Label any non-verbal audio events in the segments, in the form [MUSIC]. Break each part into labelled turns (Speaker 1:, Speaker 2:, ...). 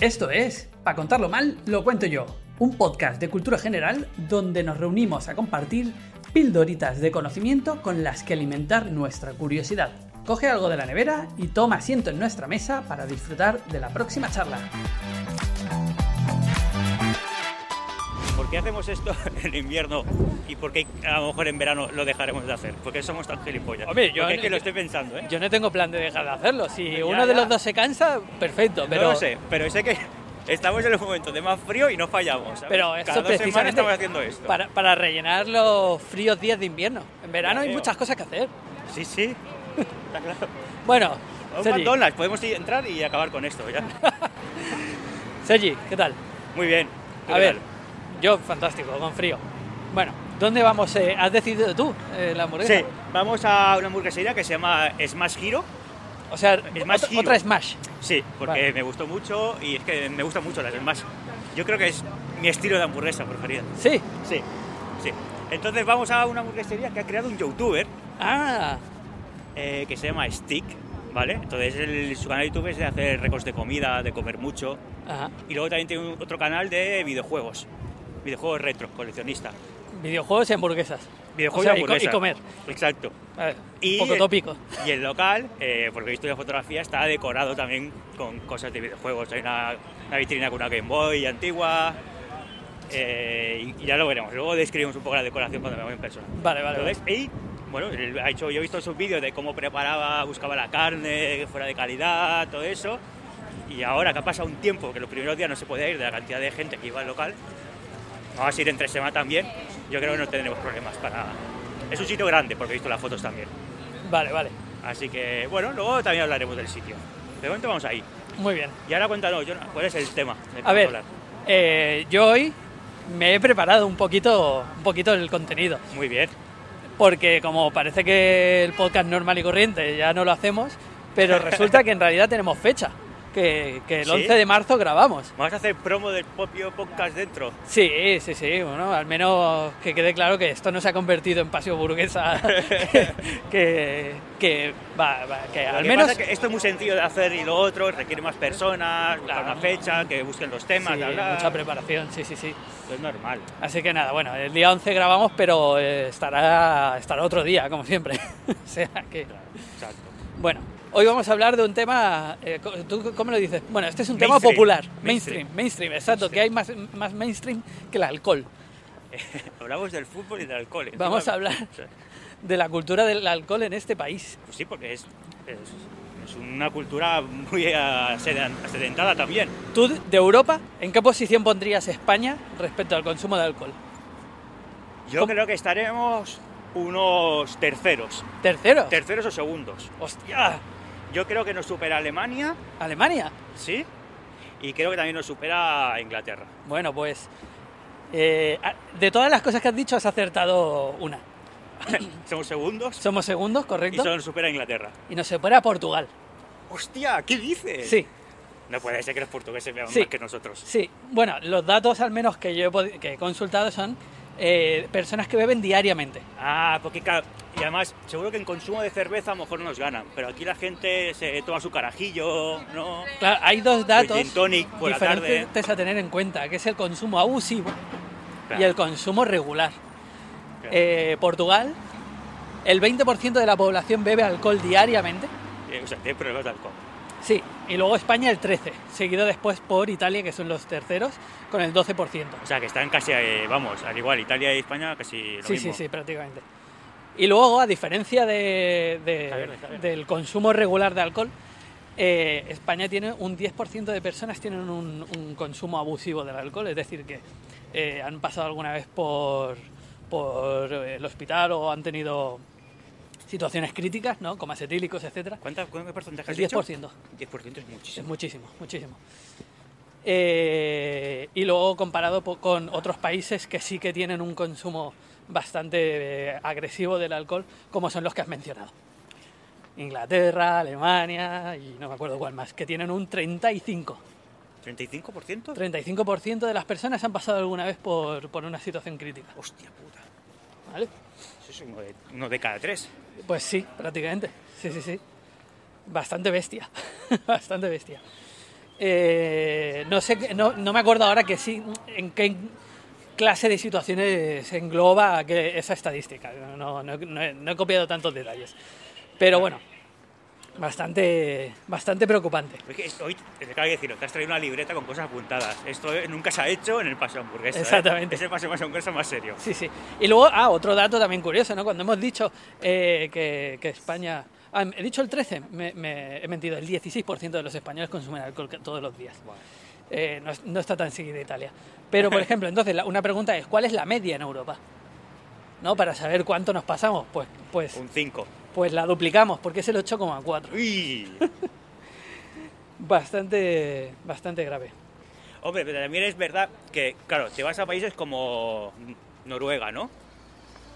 Speaker 1: Esto es, para contarlo mal, lo cuento yo, un podcast de cultura general donde nos reunimos a compartir pildoritas de conocimiento con las que alimentar nuestra curiosidad. Coge algo de la nevera y toma asiento en nuestra mesa para disfrutar de la próxima charla.
Speaker 2: ¿Por qué hacemos esto [LAUGHS] en invierno y por qué a lo mejor en verano lo dejaremos de hacer? ¿Por qué somos tan gilipollas?
Speaker 1: Hombre, yo-
Speaker 2: Porque es que lo estoy pensando, ¿eh?
Speaker 1: Yo no tengo plan de dejar de hacerlo. Si
Speaker 2: Ya,
Speaker 1: uno de
Speaker 2: ya.
Speaker 1: los dos se cansa, perfecto. Pero,
Speaker 2: no lo sé, pero sé que [LAUGHS] estamos en el momento de más frío y no fallamos. ¿sabes?
Speaker 1: pero esto
Speaker 2: Cada dos semanas
Speaker 1: precisamente
Speaker 2: estamos haciendo esto.
Speaker 1: Para, para rellenar los fríos días de invierno. En verano
Speaker 2: Ya
Speaker 1: hay
Speaker 2: veo.
Speaker 1: muchas cosas que hacer.
Speaker 2: Sí, sí. Está claro.
Speaker 1: Bueno,
Speaker 2: A Un
Speaker 1: Sergi,
Speaker 2: McDonald's, podemos ir- entrar y acabar con esto
Speaker 1: [LAUGHS]
Speaker 2: ya.
Speaker 1: Sergi, ¿qué tal?
Speaker 2: Muy bien. ¿Tú
Speaker 1: A
Speaker 2: qué
Speaker 1: ver,
Speaker 2: tal?
Speaker 1: yo fantástico, con frío. Bueno, ¿dónde vamos? eh? ¿Has decidido tú eh, la hamburguesa?
Speaker 2: Sí, vamos a una hamburguesería que se llama Smash Hero.
Speaker 1: O sea,
Speaker 2: más
Speaker 1: otra,
Speaker 2: giro.
Speaker 1: otra Smash.
Speaker 2: Sí, porque
Speaker 1: Vale.
Speaker 2: me gustó mucho y es que me gustan mucho las Smash. Yo creo que es mi estilo de hamburguesa preferida.
Speaker 1: Sí.
Speaker 2: Sí, sí. Entonces vamos a una hamburguesería que ha creado un youtuber
Speaker 1: Ah,
Speaker 2: eh, que se llama Stick, ¿vale? Entonces el- su canal de YouTube es de hacer récords de comida, de comer mucho.
Speaker 1: ajá.
Speaker 2: Y luego también tiene un- otro canal de videojuegos, videojuegos retro, coleccionista.
Speaker 1: Videojuegos y hamburguesas.
Speaker 2: Videojuegos
Speaker 1: O sea,
Speaker 2: y,
Speaker 1: y co- y
Speaker 2: hamburguesa.
Speaker 1: comer.
Speaker 2: Exacto.
Speaker 1: Vale,
Speaker 2: Y
Speaker 1: poco
Speaker 2: el-
Speaker 1: tópico.
Speaker 2: Y el local, eh, porque he visto la fotografía, está decorado también con cosas de videojuegos. Hay una, una vitrina con una Game Boy antigua. eh, y, y ya lo veremos. Luego describimos un poco la decoración cuando me voy en persona.
Speaker 1: Vale, vale. vale.
Speaker 2: Entonces, y bueno, él ha hecho, yo he visto sus vídeos de cómo preparaba, buscaba la carne, que fuera de calidad, todo eso. Y ahora que ha pasado un tiempo, que los primeros días no se podía ir de la cantidad de gente que iba al local, vamos a ir entre semana también. Yo creo que no tendremos problemas para. Es un sitio grande, porque he visto las fotos también.
Speaker 1: Vale, vale.
Speaker 2: Así que, bueno, luego también hablaremos del sitio. De momento vamos ahí.
Speaker 1: Muy bien.
Speaker 2: Y ahora cuéntanos, Jonah, ¿cuál es el tema? del que
Speaker 1: A
Speaker 2: vamos
Speaker 1: ver,
Speaker 2: hablar?
Speaker 1: eh, yo hoy me he preparado un poquito, un poquito el contenido.
Speaker 2: Muy bien.
Speaker 1: Porque como parece que el podcast normal y corriente ya no lo hacemos,
Speaker 2: [LAUGHS]
Speaker 1: pero resulta que en realidad tenemos fecha. Que, que el
Speaker 2: ¿Sí?
Speaker 1: 11 de marzo grabamos.
Speaker 2: Vamos a hacer promo del propio podcast dentro.
Speaker 1: Sí, sí, sí, bueno, al menos que quede claro que esto no se ha convertido en paseo burguesa, [LAUGHS] que, que, que va, va, que
Speaker 2: Lo
Speaker 1: al
Speaker 2: que
Speaker 1: menos...
Speaker 2: pasa es que esto es muy sencillo de hacer y lo otro requiere más personas, buscar
Speaker 1: Claro.
Speaker 2: una fecha, que busquen los temas,
Speaker 1: sí,
Speaker 2: bla, bla.
Speaker 1: mucha preparación, sí, sí, sí.
Speaker 2: es normal.
Speaker 1: Así que nada, bueno, el día 11 grabamos, pero eh, estará, estará otro día, como siempre. [LAUGHS] o sea que...
Speaker 2: Exacto. [LAUGHS]
Speaker 1: Bueno, hoy vamos a hablar de un tema, eh, co- ¿tú cómo lo dices? Bueno, este es un tema
Speaker 2: Mainstream,
Speaker 1: popular, mainstream,
Speaker 2: mainstream.
Speaker 1: mainstream, exacto, que hay más, más mainstream que el alcohol,
Speaker 2: Hablamos del fútbol y del alcohol.
Speaker 1: Vamos
Speaker 2: Encima-
Speaker 1: a hablar.
Speaker 2: O sea,
Speaker 1: de la cultura del alcohol en este país.
Speaker 2: Pues sí, porque es, es, es una cultura muy ah, sedan- sedentada también.
Speaker 1: Tú, de Europa, ¿en qué posición pondrías España respecto al consumo de alcohol?
Speaker 2: Yo
Speaker 1: ¿Cómo?
Speaker 2: creo que estaremos unos terceros,
Speaker 1: ¿Tercero?
Speaker 2: terceros o segundos.
Speaker 1: ¡Hostia!
Speaker 2: Yo creo que nos supera Alemania,
Speaker 1: ¿Alemania?
Speaker 2: ¿sí? Y creo que también nos supera Inglaterra.
Speaker 1: Bueno, pues... eh, a- de todas las cosas que has dicho, has acertado una.
Speaker 2: Somos segundos
Speaker 1: Somos segundos,
Speaker 2: y
Speaker 1: ¿correcto?
Speaker 2: solo nos supera Inglaterra.
Speaker 1: Y nos separa Portugal.
Speaker 2: ¡Hostia! ¿Qué dices?
Speaker 1: Sí.
Speaker 2: No puede ser que los portugueses vean
Speaker 1: Sí.
Speaker 2: más que nosotros.
Speaker 1: Sí, bueno, los datos al menos que yo he, podi- que he consultado son eh, personas que beben diariamente.
Speaker 2: Ah, porque claro, y además, seguro que en consumo de cerveza a lo mejor nos ganan, pero aquí la gente se toma su carajillo, ¿no?
Speaker 1: Claro, hay dos datos
Speaker 2: gin tonic por la tarde. ¿eh?
Speaker 1: diferentes a tener en cuenta, que es el consumo abusivo
Speaker 2: Claro,
Speaker 1: y el consumo regular.
Speaker 2: claro.
Speaker 1: Eh, Portugal, el 20% de la población bebe alcohol diariamente.
Speaker 2: Eh, o sea, tiene problemas de alcohol.
Speaker 1: Sí, y luego España el 13%, seguido después por Italia, que son los terceros, con el 12%.
Speaker 2: O sea, que están casi, eh, vamos, al igual, Italia y España casi lo
Speaker 1: Sí, sí,
Speaker 2: mismo.
Speaker 1: sí, prácticamente. Y luego, a diferencia de, de-
Speaker 2: Está bien, está bien.
Speaker 1: del consumo regular de alcohol, eh, España tiene un 10% de personas tienen un, un consumo abusivo del alcohol, es decir, que eh, han pasado alguna vez por, por eh, el hospital o han tenido situaciones críticas, ¿no? Comas etílicos, etcétera.
Speaker 2: ¿Cuántas- ¿Cuánto porcentaje
Speaker 1: El
Speaker 2: has dicho?
Speaker 1: 10%.
Speaker 2: 10% es
Speaker 1: Es
Speaker 2: muchísimo.
Speaker 1: muchísimo, muchísimo. Eh, y luego comparado po- con otros países que sí que tienen un consumo bastante eh, agresivo del alcohol, como son los que has mencionado. Inglaterra, Alemania y no me acuerdo cuál más, que tienen un 35.
Speaker 2: ¿35%?
Speaker 1: 35% de las personas han pasado alguna vez por, por una situación crítica.
Speaker 2: Hostia puta.
Speaker 1: ¿vale?
Speaker 2: Eso es uno de, uno de cada tres.
Speaker 1: Pues [LAUGHS] sí, prácticamente. Sí, sí, sí. Bastante bestia. Bastante bestia. eh, no sé, no, no me acuerdo ahora que sí, en qué clase de situaciones se engloba que esa estadística. No, no- no he, no he copiado tantos detalles. Pero bueno, bastante, bastante preocupante.
Speaker 2: Es que es- hoy te tengo que decirlo, te has traído una libreta con cosas apuntadas. Esto eh, nunca se ha hecho en el paseo hamburguesa. ¿eh?
Speaker 1: Exactamente.
Speaker 2: Es el paseo más hamburguesa más serio.
Speaker 1: Sí, sí. Y luego, ah, otro dato también curioso, ¿no? Cuando hemos dicho eh, que, que España... Ah, he dicho el 13, me, me- he mentido. El 16% de los españoles consumen alcohol ca- todos los días. Eh, no, es- no está tan seguida Italia. Pero, por ejemplo, entonces, la- una pregunta es, ¿cuál es la media en Europa? ¿No? Para saber cuánto nos pasamos, pues, pues,
Speaker 2: Un 5.
Speaker 1: pues la duplicamos, porque es el 8,4. [LAUGHS]
Speaker 2: ¡Uy!
Speaker 1: Bastante, bastante grave.
Speaker 2: Hombre, pero también es verdad que, claro, te vas a países como Noruega, ¿no?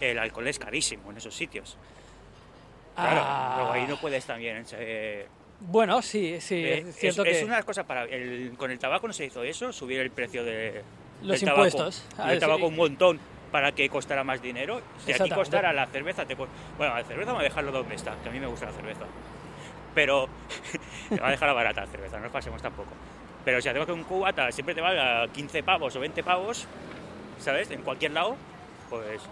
Speaker 2: El alcohol es carísimo en esos sitios. Claro,
Speaker 1: Ah,
Speaker 2: luego ahí no puedes también. eh,
Speaker 1: Bueno, sí, sí,
Speaker 2: eh,
Speaker 1: es cierto
Speaker 2: es
Speaker 1: que...
Speaker 2: una cosa para. el- con el tabaco no se hizo eso, subir el precio de.
Speaker 1: Los
Speaker 2: del tabaco.
Speaker 1: impuestos.
Speaker 2: Yo
Speaker 1: Ah,
Speaker 2: el
Speaker 1: sí.
Speaker 2: tabaco un montón para que costara más dinero. Si aquí
Speaker 1: Exactamente.
Speaker 2: costara la cerveza, te cos- Bueno, la cerveza me va a dejarlo donde está, que a mí me gusta la cerveza. Pero [LAUGHS] te va a dejar barata la cerveza, no nos pasemos tampoco. Pero si hacemos que un cubata siempre te valga 15 pavos o 20 pavos, ¿sabes? En cualquier lado, pues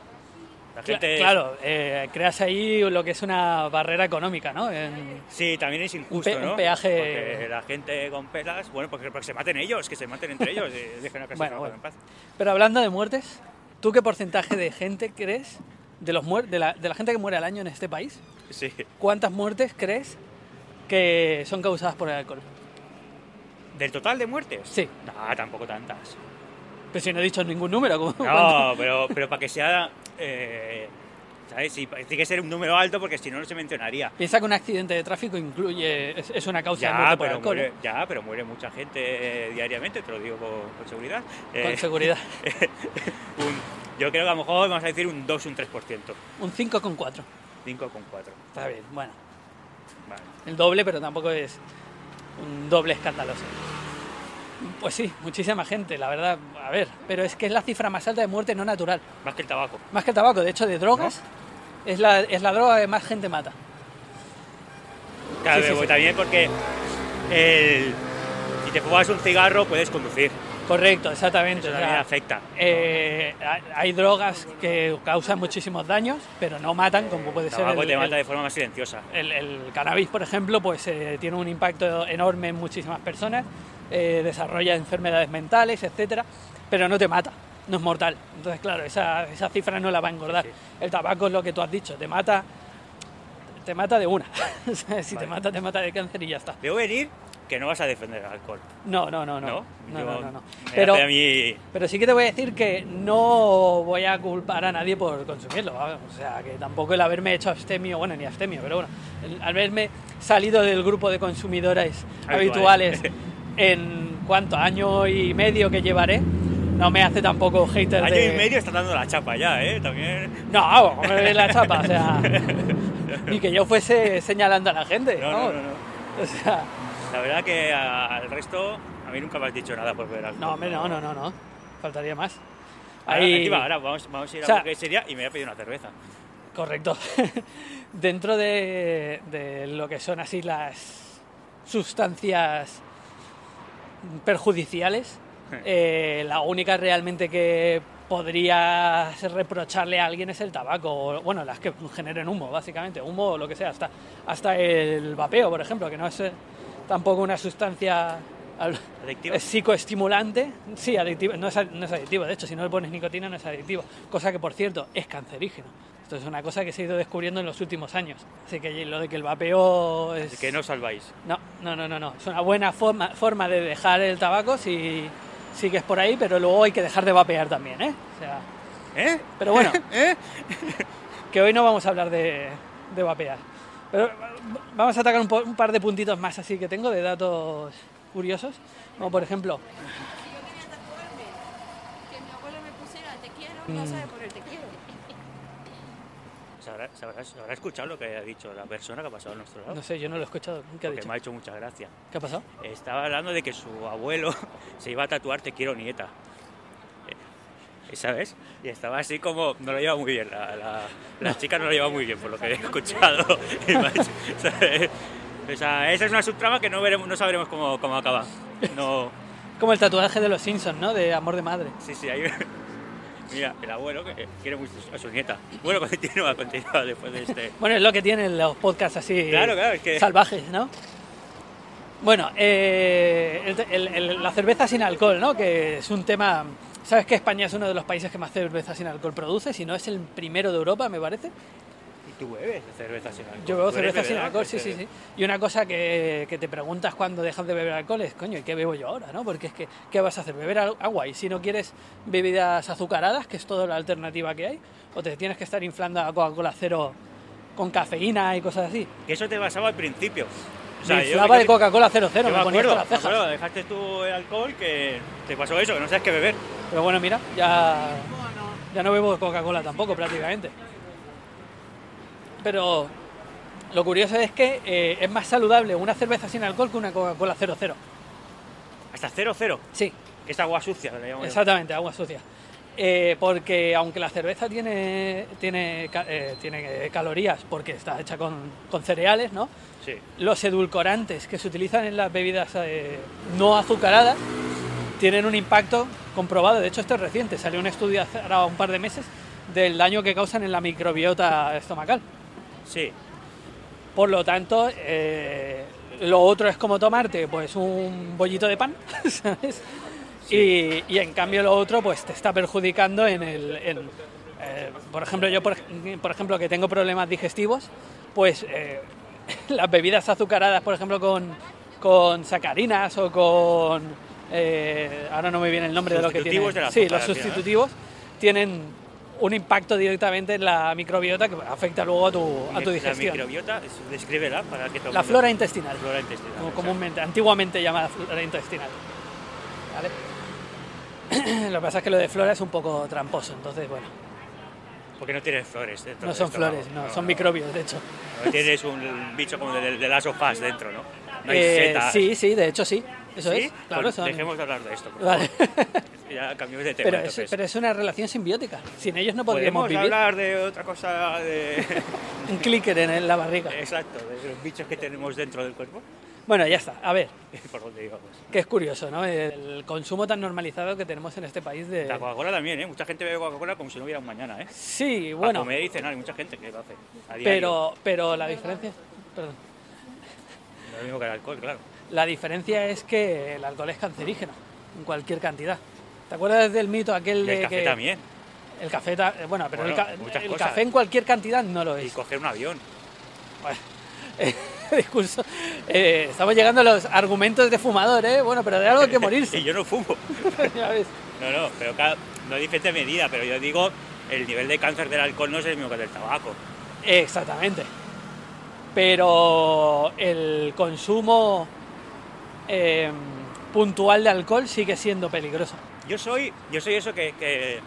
Speaker 2: la
Speaker 1: Cla-
Speaker 2: gente...
Speaker 1: Claro, eh, creas ahí lo que es una barrera económica, ¿no? En-
Speaker 2: Sí, también es injusto,
Speaker 1: pe- un
Speaker 2: ¿no?
Speaker 1: peaje-
Speaker 2: Porque la gente con pelas, bueno, porque, porque se maten ellos, que se maten entre ellos,
Speaker 1: [LAUGHS]
Speaker 2: y dejen a casa
Speaker 1: Bueno,
Speaker 2: trabajando
Speaker 1: bueno.
Speaker 2: en paz.
Speaker 1: Pero hablando de muertes, ¿tú qué porcentaje de gente crees, de, los muer- de, la, de la gente que muere al año en este país,
Speaker 2: Sí.
Speaker 1: cuántas muertes crees que son causadas por el alcohol?
Speaker 2: ¿Del total de muertes?
Speaker 1: Sí.
Speaker 2: No, tampoco tantas.
Speaker 1: Pero si no he dicho ningún número, ¿cómo- cuánto?
Speaker 2: No, pero, pero para que sea. eh, ¿Sabes? Sí, pa- tiene que ser un número alto porque si no, no se mencionaría.
Speaker 1: Piensa que un accidente de tráfico incluye, es, es una causa de
Speaker 2: Ya
Speaker 1: muerte por
Speaker 2: pero,
Speaker 1: alcohol,
Speaker 2: muere, ya, pero muere mucha gente eh, diariamente, te lo digo con, con seguridad.
Speaker 1: ¿eh? con
Speaker 2: Eh, [LAUGHS]
Speaker 1: seguridad.
Speaker 2: un- yo creo que a lo mejor vamos a decir un 2, un 3%.
Speaker 1: Un 5,4.
Speaker 2: 5,4.
Speaker 1: Está bien, bueno.
Speaker 2: Vale.
Speaker 1: El doble, pero tampoco es un doble escandaloso. Pues sí, muchísima gente, la verdad. A ver, pero es que es la cifra más alta de muerte no natural.
Speaker 2: Más que el tabaco.
Speaker 1: Más que el tabaco, de hecho, de drogas. Es, la, es la droga que más gente mata.
Speaker 2: Claro,
Speaker 1: Sí, sí,
Speaker 2: pero
Speaker 1: sí.
Speaker 2: también porque el- si te fumas un cigarro puedes conducir.
Speaker 1: Correcto, exactamente.
Speaker 2: Eso
Speaker 1: o
Speaker 2: también
Speaker 1: sea,
Speaker 2: afecta.
Speaker 1: eh, ha- hay drogas que causan muchísimos daños, pero no matan, como puede
Speaker 2: El
Speaker 1: ser
Speaker 2: tabaco
Speaker 1: el-
Speaker 2: te
Speaker 1: el-
Speaker 2: mata de forma más silenciosa.
Speaker 1: El, el cannabis, por ejemplo, pues eh, tiene un impacto enorme en muchísimas personas, eh, desarrolla enfermedades mentales, etcétera, pero no te mata, no es mortal. Entonces, claro, esa, esa cifra no la va a engordar.
Speaker 2: Sí.
Speaker 1: El tabaco es lo que tú has dicho, te mata, te mata de una. [LAUGHS] O sea, si
Speaker 2: Vale.
Speaker 1: te mata, te mata de cáncer y ya está.
Speaker 2: Debo venir que no vas a defender el alcohol.
Speaker 1: No, no, no, no.
Speaker 2: ¿no?
Speaker 1: No,
Speaker 2: Yo-
Speaker 1: no, no, no.
Speaker 2: me
Speaker 1: Pero,
Speaker 2: hace a mí-
Speaker 1: pero sí que te voy a decir que no voy a culpar a nadie por consumirlo. ¿vale? O sea, que tampoco el haberme hecho abstemio, bueno, ni abstemio, pero bueno, el haberme salido del grupo de consumidores
Speaker 2: Habituales. [LAUGHS]
Speaker 1: habituales en cuánto, año y medio que llevaré, no me hace tampoco hater
Speaker 2: Año
Speaker 1: de...
Speaker 2: y medio está dando la chapa ya, ¿eh? También...
Speaker 1: No, como me ve la chapa, o
Speaker 2: [LAUGHS]
Speaker 1: sea... ni que yo fuese señalando a la gente,
Speaker 2: No, no,
Speaker 1: vamos.
Speaker 2: no, no.
Speaker 1: O sea,
Speaker 2: La verdad que a- al resto a mí nunca me has dicho nada por ver alcohol.
Speaker 1: no, hombre, no, no, no, no. Faltaría más.
Speaker 2: Ahora,
Speaker 1: Ahí-
Speaker 2: encima, ahora vamos, vamos a ir a
Speaker 1: O sea-
Speaker 2: una sería y me voy a pedir una cerveza.
Speaker 1: Correcto. [LAUGHS] Dentro de, de lo que son así las sustancias perjudiciales, eh, la única realmente que podrías reprocharle a alguien es el tabaco, o, bueno, las que generen humo, básicamente, humo o lo que sea, hasta, hasta el vapeo, por ejemplo, que no es eh, tampoco una sustancia al-
Speaker 2: ¿Adictiva?
Speaker 1: es psicoestimulante, sí, adictivo, no es, ad- no es adictivo, de hecho, si no le pones nicotina no es adictivo, cosa que por cierto es cancerígeno. Esto es una cosa que se ha ido descubriendo en los últimos años. Así que lo de que el vapeo
Speaker 2: Así
Speaker 1: es...
Speaker 2: que no os salváis.
Speaker 1: No, no, no, no, no. Es una buena forma, forma de dejar el tabaco si sigues por ahí, pero luego hay que dejar de vapear también, ¿eh? O sea,
Speaker 2: ¿Eh?
Speaker 1: pero bueno,
Speaker 2: [LAUGHS] ¿Eh?
Speaker 1: [LAUGHS] que hoy no vamos a hablar de, de vapear. Pero eh, vamos a atacar un, po- un par de puntitos más así que tengo de datos curiosos. Como por ejemplo,
Speaker 3: Yo quería tatuarme. Que mi abuelo me pusiera te quiero, no sabe poner te quiero.
Speaker 2: ¿Sabrá, sabrá- sabrá escuchado lo que ha dicho la persona que ha pasado a nuestro lado?
Speaker 1: no sé, yo no lo he escuchado nunca. he
Speaker 2: Porque
Speaker 1: dicho.
Speaker 2: me ha hecho mucha gracia.
Speaker 1: ¿Qué ha pasado?
Speaker 2: Estaba hablando de que su abuelo [LAUGHS] se iba a tatuar Te quiero nieta. Eh, ¿Sabes? Y estaba así como. No lo lleva muy bien. La, la- la chica no lo lleva muy bien, por lo que he escuchado. [LAUGHS] Y me ha hecho- ¿sabes? o sea, esa es una subtrama que no, veremos, no sabremos cómo, cómo acaba. No.
Speaker 1: Como el tatuaje de los Simpsons, ¿no? De amor de madre.
Speaker 2: Sí, sí, ahí. [LAUGHS] Mira, el abuelo que quiere mucho a su nieta. Bueno, [LAUGHS] continúa, continúa después de este.
Speaker 1: Bueno, es lo que tienen los podcasts así
Speaker 2: Claro, claro, es que-
Speaker 1: salvajes, ¿no? Bueno, eh, el- el- el- la cerveza sin alcohol, ¿no? Que es un tema... ¿Sabes que España es uno de los países que más cerveza sin alcohol produce? Si no es el primero de Europa, me parece.
Speaker 2: ¿Y tú bebes cerveza sin alcohol?
Speaker 1: Yo bebo
Speaker 2: Tú eres
Speaker 1: cerveza sin
Speaker 2: bebedor,
Speaker 1: alcohol, sí,
Speaker 2: este-
Speaker 1: sí, sí. Y una cosa que, que te preguntas cuando dejas de beber alcohol es, coño, ¿y qué bebo yo ahora, no? Porque es que, ¿qué vas a hacer? ¿Beber al- agua? Y si no quieres bebidas azucaradas, que es toda la alternativa que hay, o te tienes que estar inflando a Coca-Cola cero con cafeína y cosas así.
Speaker 2: Que eso te pasaba al principio. O
Speaker 1: Me
Speaker 2: yo-
Speaker 1: inflaba
Speaker 2: yo-
Speaker 1: de Coca-Cola cero
Speaker 2: yo
Speaker 1: cero, me ponía hasta las
Speaker 2: me
Speaker 1: cejas.
Speaker 2: acuerdo, dejaste tú el alcohol que te pasó eso, que no sabes qué beber.
Speaker 1: Pero bueno, mira, ya, ya no bebo Coca-Cola tampoco prácticamente. Pero lo curioso es que eh, es más saludable una cerveza sin alcohol que una Coca-Cola cero cero.
Speaker 2: Hasta 0-0,
Speaker 1: Sí,
Speaker 2: que es agua sucia, le llamo yo.
Speaker 1: Exactamente, agua sucia. Eh, porque aunque la cerveza tiene, tiene, ca- eh, tiene calorías, porque está hecha con, con cereales, ¿no?
Speaker 2: Sí.
Speaker 1: Los edulcorantes que se utilizan en las bebidas eh, no azucaradas tienen un impacto comprobado. De hecho, esto es reciente. Salió un estudio hace ahora un par de meses del daño que causan en la microbiota estomacal.
Speaker 2: Sí.
Speaker 1: Por lo tanto, eh, lo otro es como tomarte pues un bollito de pan, [LAUGHS] ¿sabes? Y, y en cambio lo otro pues te está perjudicando en el... en, eh, por ejemplo, yo por, por ejemplo que tengo problemas digestivos, pues eh, [LAUGHS] las bebidas azucaradas, por ejemplo, con, con sacarinas o con... eh, ahora no me viene el nombre de lo que tiene.
Speaker 2: Sustitutivos del
Speaker 1: sí,
Speaker 2: azúcar,
Speaker 1: los
Speaker 2: al final, ¿no?
Speaker 1: sustitutivos tienen un impacto directamente en la microbiota que afecta luego a tu, a tu
Speaker 2: La
Speaker 1: digestión.
Speaker 2: microbiota, es- descríbela para que todo el
Speaker 1: La
Speaker 2: mundo-
Speaker 1: flora intestinal,
Speaker 2: La flora intestinal.
Speaker 1: como
Speaker 2: o sea,
Speaker 1: comúnmente, antiguamente llamada flora intestinal. ¿Vale? [CLEARS THROAT] Lo que pasa es que lo de flora es un poco tramposo, entonces, bueno,
Speaker 2: Porque no tienes flores. dentro
Speaker 1: no
Speaker 2: del
Speaker 1: son
Speaker 2: estómago,
Speaker 1: flores, no, son microbios, de hecho.
Speaker 2: no tienes un bicho como del, del Last of Us dentro, ¿no? No hay
Speaker 1: Eh,
Speaker 2: setas.
Speaker 1: sí, sí, de hecho sí, eso
Speaker 2: ¿Sí?
Speaker 1: es. Claro,
Speaker 2: Pues
Speaker 1: son-
Speaker 2: Dejemos de hablar de esto,
Speaker 1: [LAUGHS]
Speaker 2: por [LAUGHS]
Speaker 1: Vale.
Speaker 2: favor. Ya cambiamos de tema.
Speaker 1: pero, es,
Speaker 2: entonces.
Speaker 1: pero es una relación simbiótica, sin ellos no podríamos
Speaker 2: Podemos
Speaker 1: vivir.
Speaker 2: hablar de otra cosa, de... [LAUGHS]
Speaker 1: Un clicker en, en la barriga.
Speaker 2: Exacto, de los bichos que tenemos dentro del cuerpo.
Speaker 1: Bueno, ya está, a ver,
Speaker 2: [LAUGHS] Por donde digamos.
Speaker 1: que es curioso, ¿no? El consumo tan normalizado que tenemos en este país de...
Speaker 2: La Coca-Cola también, ¿eh? Mucha gente bebe Coca-Cola como si no hubiera un mañana, ¿eh?
Speaker 1: Sí,
Speaker 2: A
Speaker 1: bueno.
Speaker 2: comer y cenar, hay mucha gente que lo hace. A diario.
Speaker 1: Pero, pero la diferencia, perdón.
Speaker 2: Lo mismo que el alcohol, claro.
Speaker 1: la diferencia es que el alcohol es cancerígeno en cualquier cantidad. ¿Te acuerdas del mito aquel
Speaker 2: Y
Speaker 1: de
Speaker 2: el café
Speaker 1: que
Speaker 2: también.
Speaker 1: el café ta- eh, bueno, pero
Speaker 2: Bueno,
Speaker 1: el, ca-
Speaker 2: muchas
Speaker 1: el
Speaker 2: cosas.
Speaker 1: café en cualquier cantidad no lo
Speaker 2: Y
Speaker 1: es.
Speaker 2: coger un avión.
Speaker 1: Bueno, [LAUGHS] discurso. Eh, estamos llegando a los argumentos de fumador, ¿eh? Bueno, pero de algo hay que
Speaker 2: [LAUGHS] y
Speaker 1: morirse.
Speaker 2: yo no fumo.
Speaker 1: [LAUGHS] Ya ves.
Speaker 2: No, no, pero cada, no hay diferente medida, pero yo digo, el nivel de cáncer del alcohol no es el mismo que el del tabaco.
Speaker 1: Exactamente. Pero el consumo eh, puntual de alcohol sigue siendo peligroso.
Speaker 2: Yo soy, yo soy eso que, que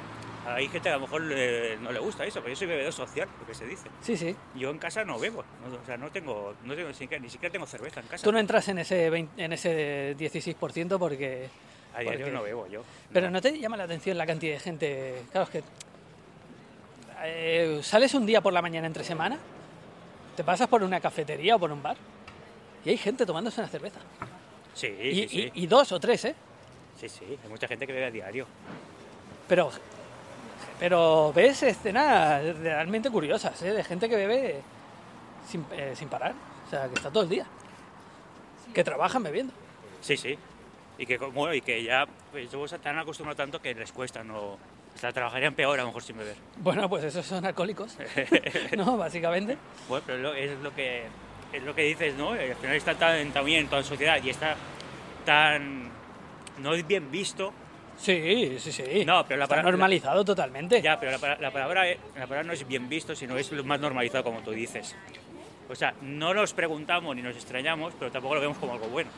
Speaker 2: hay gente que a lo mejor eh, no le gusta eso, pero yo soy bebedor social, lo que se dice.
Speaker 1: Sí, sí.
Speaker 2: Yo en casa no bebo, no- o sea, no tengo, no tengo ni, siquiera, ni siquiera tengo cerveza en casa.
Speaker 1: Tú no entras en ese, 20 en ese 16% porque...
Speaker 2: A diario
Speaker 1: porque-
Speaker 2: no bebo yo.
Speaker 1: Pero no te llama la atención la cantidad de gente... Claro, es que... eh, sales un día por la mañana entre semana, te pasas por una cafetería o por un bar y hay gente tomándose una cerveza.
Speaker 2: Sí,
Speaker 1: Y,
Speaker 2: sí, sí.
Speaker 1: y- y dos o tres, ¿eh?
Speaker 2: Sí, sí, hay mucha gente que bebe a diario.
Speaker 1: Pero, pero ves escenas realmente curiosas, ¿eh? De gente que bebe sin, eh, sin parar. O sea, que está todo el día. Que trabajan bebiendo.
Speaker 2: Sí, sí. Y que, como, y que ya pues, luego se tan acostumbrado tanto que les cuesta no... O sea, trabajarían peor a lo mejor sin beber.
Speaker 1: Bueno, pues esos son
Speaker 2: [LAUGHS]
Speaker 1: alcohólicos, [LAUGHS] ¿no? Básicamente.
Speaker 2: Bueno, pero lo- es lo que, es lo que dices, ¿no? Eh, Al final está tan, también en toda la sociedad y está tan... No es bien visto.
Speaker 1: Sí, sí, sí.
Speaker 2: No, pero la
Speaker 1: Está
Speaker 2: para-
Speaker 1: normalizado totalmente.
Speaker 2: Ya, pero la, para- la palabra, eh, la palabra no es bien visto, sino es lo más normalizado como tú dices. O sea, no nos preguntamos ni nos extrañamos, pero tampoco lo vemos como algo bueno.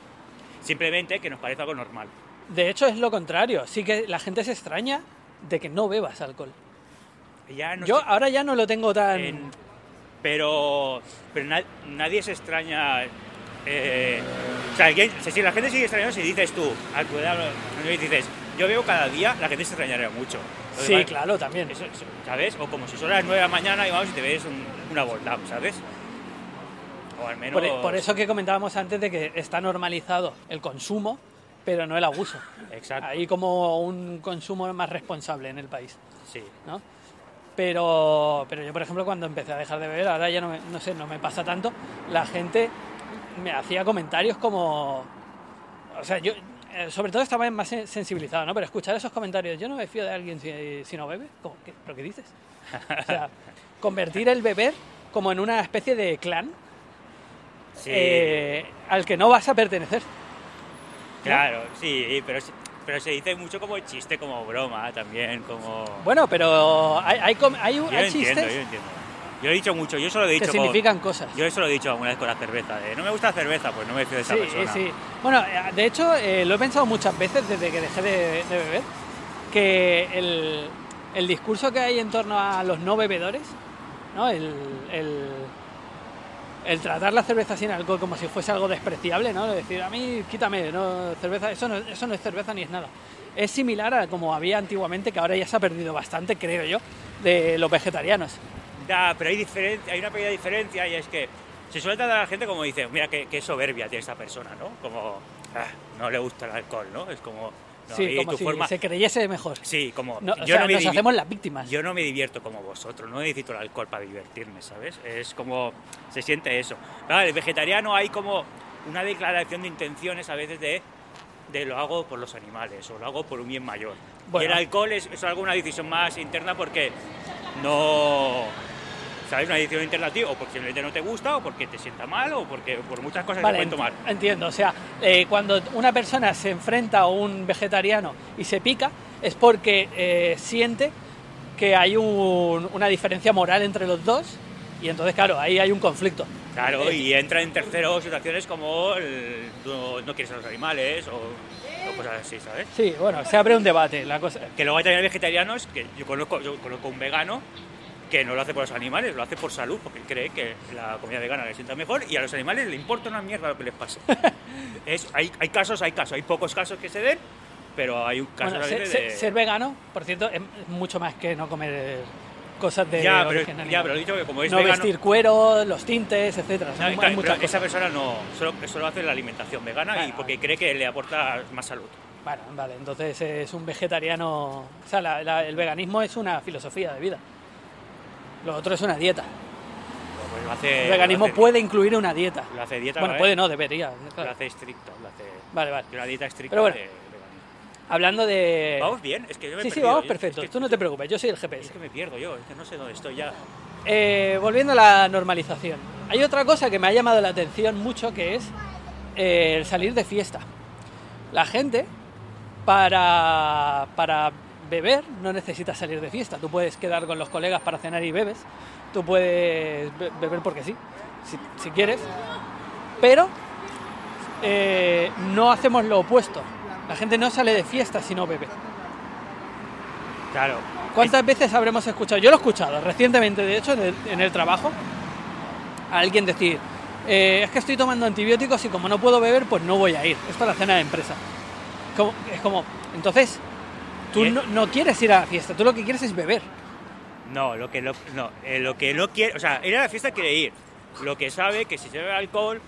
Speaker 2: Simplemente que nos parece algo normal.
Speaker 1: De hecho, es lo contrario. Sí que la gente se extraña de que no bebas alcohol.
Speaker 2: Ya no
Speaker 1: Yo
Speaker 2: sé-
Speaker 1: ahora ya no lo tengo tan...
Speaker 2: En- pero pero na- nadie se extraña. eh, o sea, alguien, si- si la gente sigue extrañando, si dices tú, "Ah, a tu edad, a mí dices, yo veo cada día, la gente se extrañaría mucho. Lo
Speaker 1: Sí,
Speaker 2: demás,
Speaker 1: claro, también.
Speaker 2: eso- eso, ¿Sabes? O como si son las 9 de la mañana y vamos y te ves un- una volta, ¿sabes? O al menos.
Speaker 1: e- Por, por eso que comentábamos antes de que está normalizado el consumo pero no el
Speaker 2: [LAUGHS]
Speaker 1: abuso.
Speaker 2: Exacto.
Speaker 1: Hay como un consumo más responsable en el país,
Speaker 2: Sí.
Speaker 1: ¿no? Pero, pero yo, por ejemplo, cuando empecé a dejar de beber, ahora ya no, me- no sé, no me pasa tanto, la gente me hacía comentarios como... O sea, yo eh, sobre todo estaba más sen- sensibilizado, ¿no? Pero escuchar esos comentarios, yo no me fío de alguien si, si no bebe, ¿Cómo? ¿Qué? ¿pero qué dices? O
Speaker 2: [LAUGHS]
Speaker 1: sea, convertir el beber como en una especie de clan
Speaker 2: Sí.
Speaker 1: eh, al que no vas a pertenecer.
Speaker 2: Claro, sí, pero, se- pero se dice mucho como chiste, como broma también, como...
Speaker 1: Bueno, pero hay, hay, com- hay-
Speaker 2: yo lo
Speaker 1: hay
Speaker 2: entiendo,
Speaker 1: chistes
Speaker 2: yo lo entiendo. Yo lo he dicho mucho, yo solo he
Speaker 1: que
Speaker 2: dicho con-
Speaker 1: significan cosas.
Speaker 2: Yo eso lo he dicho alguna vez con la cerveza, de no me gusta la cerveza, pues no me fío de esa
Speaker 1: Sí,
Speaker 2: persona.
Speaker 1: sí. Bueno, eh, de hecho, eh, lo he pensado muchas veces desde que dejé de, de beber, que el, el discurso que hay en torno a los no bebedores, ¿no? El, el, el tratar la cerveza sin alcohol como si fuese algo despreciable, ¿no? Decir, a mí, quítame, no, cerveza, eso no, eso no es cerveza ni es nada. Es similar a como había antiguamente, que ahora ya se ha perdido bastante, creo yo, de los vegetarianos.
Speaker 2: Da, pero hay, diferen- hay una pequeña diferencia y es que se suele tratar a la gente como dice, mira qué, qué soberbia tiene esta persona, ¿no? Como, "Ah, no le gusta el alcohol, ¿no? Es como, no,
Speaker 1: sí,
Speaker 2: y
Speaker 1: como
Speaker 2: tu
Speaker 1: si
Speaker 2: forma...
Speaker 1: se creyese mejor.
Speaker 2: Sí, como,
Speaker 1: No, o
Speaker 2: yo,
Speaker 1: sea,
Speaker 2: no me
Speaker 1: nos
Speaker 2: divi-
Speaker 1: hacemos las víctimas.
Speaker 2: yo no me divierto como vosotros, no necesito el alcohol para divertirme, ¿sabes? Es como, se siente eso. Claro, el vegetariano hay como una declaración de intenciones a veces de, de lo hago por los animales o lo hago por un bien mayor.
Speaker 1: Bueno.
Speaker 2: Y el alcohol es, es algo, una decisión más interna porque no... ¿Sabes? Una decisión interna a ti, o porque simplemente no te gusta, o porque te sienta mal, o porque por muchas cosas
Speaker 1: Vale,
Speaker 2: te pueden tomar.
Speaker 1: ent- entiendo. O sea, eh, cuando una persona se enfrenta a un vegetariano y se pica, es porque eh, siente que hay un- una diferencia moral entre los dos y entonces, claro, ahí hay un conflicto.
Speaker 2: Claro,
Speaker 1: Eh,
Speaker 2: y entra en terceros situaciones como el- no, no quieres a los animales o, o cosas así, ¿sabes?
Speaker 1: Sí, bueno, se abre un debate. La cosa,
Speaker 2: Que luego hay también vegetarianos, que yo conozco, yo conozco un vegano que no lo hace por los animales, lo hace por salud, porque cree que la comida vegana le sienta mejor y a los animales le importa una mierda lo que
Speaker 1: [LAUGHS]
Speaker 2: les pase. es, hay, hay casos, hay casos, hay pocos casos que se den, pero hay un caso
Speaker 1: bueno,
Speaker 2: realmente
Speaker 1: ser, ser-
Speaker 2: de...
Speaker 1: ser vegano, por cierto, es es mucho más que no comer eh, cosas de
Speaker 2: ya, pero,
Speaker 1: origen
Speaker 2: ya,
Speaker 1: animal.
Speaker 2: pero he dicho que como es
Speaker 1: no
Speaker 2: vegano...
Speaker 1: vestir cuero, los tintes, etcétera. Son
Speaker 2: no,
Speaker 1: mu-
Speaker 2: claro,
Speaker 1: muchas
Speaker 2: pero esa
Speaker 1: cosas.
Speaker 2: persona no, solo, solo hace la alimentación vegana y
Speaker 1: Bueno,
Speaker 2: porque cree que le aporta más salud.
Speaker 1: Bueno, vale, entonces es un vegetariano. O sea, la- la- el veganismo es una filosofía de vida. Lo otro es una dieta.
Speaker 2: Pues lo hace-
Speaker 1: El veganismo
Speaker 2: lo hace-
Speaker 1: puede incluir una dieta.
Speaker 2: Lo hace dieta,
Speaker 1: Bueno,
Speaker 2: ¿vale?
Speaker 1: puede no, debería.
Speaker 2: Lo
Speaker 1: claro.
Speaker 2: hace estricto, lo hace...
Speaker 1: Vale, vale.
Speaker 2: Una dieta estricta
Speaker 1: Pero bueno.
Speaker 2: de veganismo.
Speaker 1: Hablando de.
Speaker 2: Vamos bien, es que yo me he
Speaker 1: Eh, sí, sí,
Speaker 2: perdido,
Speaker 1: vamos
Speaker 2: yo-
Speaker 1: perfecto.
Speaker 2: Es que,
Speaker 1: Tú no te preocupes, yo soy el
Speaker 2: es
Speaker 1: GPS.
Speaker 2: que me pierdo yo, es que no sé dónde estoy ya.
Speaker 1: Eh, volviendo a la normalización. Hay otra cosa que me ha llamado la atención mucho que es eh, el salir de fiesta. La gente, para, para beber, no necesita salir de fiesta. Tú puedes quedar con los colegas para cenar y bebes. Tú puedes be- beber porque sí, si, si quieres. Pero eh, no hacemos lo opuesto. La gente no sale de fiesta si no bebe.
Speaker 2: Claro.
Speaker 1: ¿Cuántas veces habremos escuchado? Yo lo he escuchado recientemente, de hecho, en el, en el trabajo, a alguien decir, eh, es que estoy tomando antibióticos y como no puedo beber, pues no voy a ir. Esto es la cena de empresa. Como- es como, entonces, tú
Speaker 2: ¿Qué?
Speaker 1: no, no quieres ir a la fiesta, tú lo que quieres es beber.
Speaker 2: No, lo que, lo, no, eh, lo que no quiere, o sea, ir a la fiesta quiere ir. Lo que sabe que si se bebe alcohol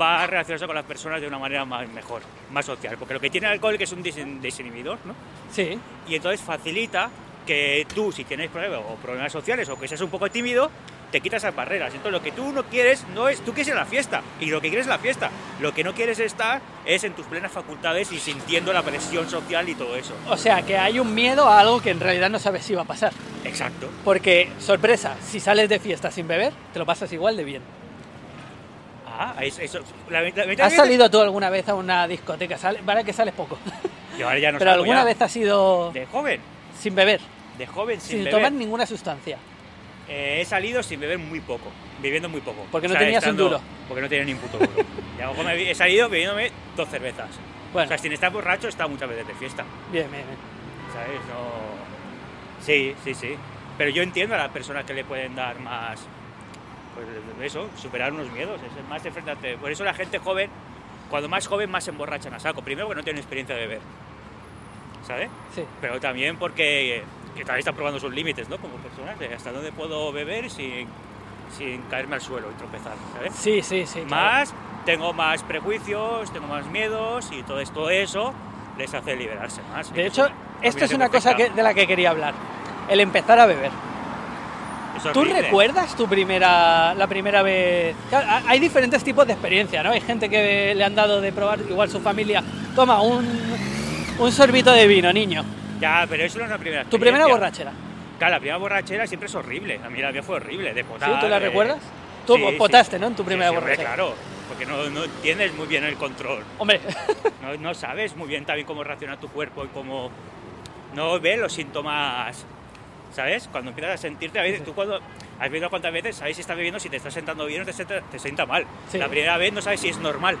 Speaker 2: va a relacionarse con las personas de una manera más mejor, más social. Porque lo que tiene el alcohol que es un desin- desinhibidor, ¿no?
Speaker 1: Sí,
Speaker 2: Y entonces facilita que tú, si tienes problemas o problemas sociales o que seas un poco tímido, te quitas esas barreras. Entonces lo que tú no quieres no es, tú quieres ir a la fiesta y lo que quieres es la fiesta. Lo que no quieres estar es en tus plenas facultades y sintiendo la presión social y todo eso.
Speaker 1: o sea, que hay un miedo a algo que en realidad no sabes si va a pasar.
Speaker 2: Exacto.
Speaker 1: Porque, sorpresa, si sales de fiesta sin beber, te lo pasas igual de bien.
Speaker 2: Ah, es- eso. la- la-
Speaker 1: ¿Has
Speaker 2: lamentablemente-
Speaker 1: salido tú alguna vez a una discoteca? Sale- Vale que sales poco,
Speaker 2: Yo ahora ya no
Speaker 1: pero
Speaker 2: salgo
Speaker 1: alguna
Speaker 2: ya.
Speaker 1: vez has ido
Speaker 2: De joven,
Speaker 1: sin beber.
Speaker 2: de joven sin,
Speaker 1: sin
Speaker 2: beber.
Speaker 1: tomar ninguna sustancia.
Speaker 2: Eh, he salido sin beber muy poco, bebiendo muy poco.
Speaker 1: Porque no tenías un duro.
Speaker 2: Porque no tenía ni un puto duro. y a lo mejor me he- he salido bebiéndome dos cervezas.
Speaker 1: Bueno,
Speaker 2: O sea, sin estar borracho, he estado muchas veces de fiesta.
Speaker 1: bien, bien, bien.
Speaker 2: ¿Sabes? No... Sí, sí, sí. Pero yo entiendo a las personas que le pueden dar más. Pues eso, superar unos miedos, es más enfrentarte. Por eso la gente joven, cuando más joven, más se emborrachan a saco. Primero porque no tienen experiencia de beber. ¿Sabes?
Speaker 1: Sí.
Speaker 2: Pero también porque eh, que tal vez están probando sus límites, ¿no? Como personas, de hasta dónde puedo beber sin, sin caerme al suelo y tropezar, ¿sabes?
Speaker 1: Sí, sí, sí. claro.
Speaker 2: Más tengo más prejuicios, tengo más miedos y todo esto eso les hace liberarse más.
Speaker 1: De
Speaker 2: Y
Speaker 1: hecho, esto es una cosa que-
Speaker 2: combinación
Speaker 1: de la que quería hablar. El empezar a beber.
Speaker 2: perfecta. Es
Speaker 1: ¿Tú
Speaker 2: horrible.
Speaker 1: recuerdas tu primera, la primera vez? Claro, ha- hay diferentes tipos de experiencia, ¿no? Hay gente que le han dado de probar, igual su familia, toma un, un sorbito de vino, niño.
Speaker 2: Ya, pero eso no es la primera
Speaker 1: Tu primera
Speaker 2: experiencia.
Speaker 1: borrachera.
Speaker 2: Claro, la primera borrachera siempre es horrible. A mí la mía fue horrible, de potar.
Speaker 1: ¿Sí? ¿Tú la
Speaker 2: de-
Speaker 1: recuerdas? Tú
Speaker 2: Sí, sí.
Speaker 1: potaste, ¿no? En tu primera
Speaker 2: Sí, sí, hombre,
Speaker 1: borrachera.
Speaker 2: Claro, porque no, no tienes muy bien el control.
Speaker 1: Hombre, [LAUGHS]
Speaker 2: No, no sabes muy bien también cómo reacciona tu cuerpo y cómo no ves los síntomas, ¿sabes? Cuando empiezas a sentirte, a veces tú cuando has visto cuántas veces sabes si estás bebiendo, si te estás sentando bien o te sienta, te sienta mal.
Speaker 1: Sí.
Speaker 2: La primera vez no sabes si es normal.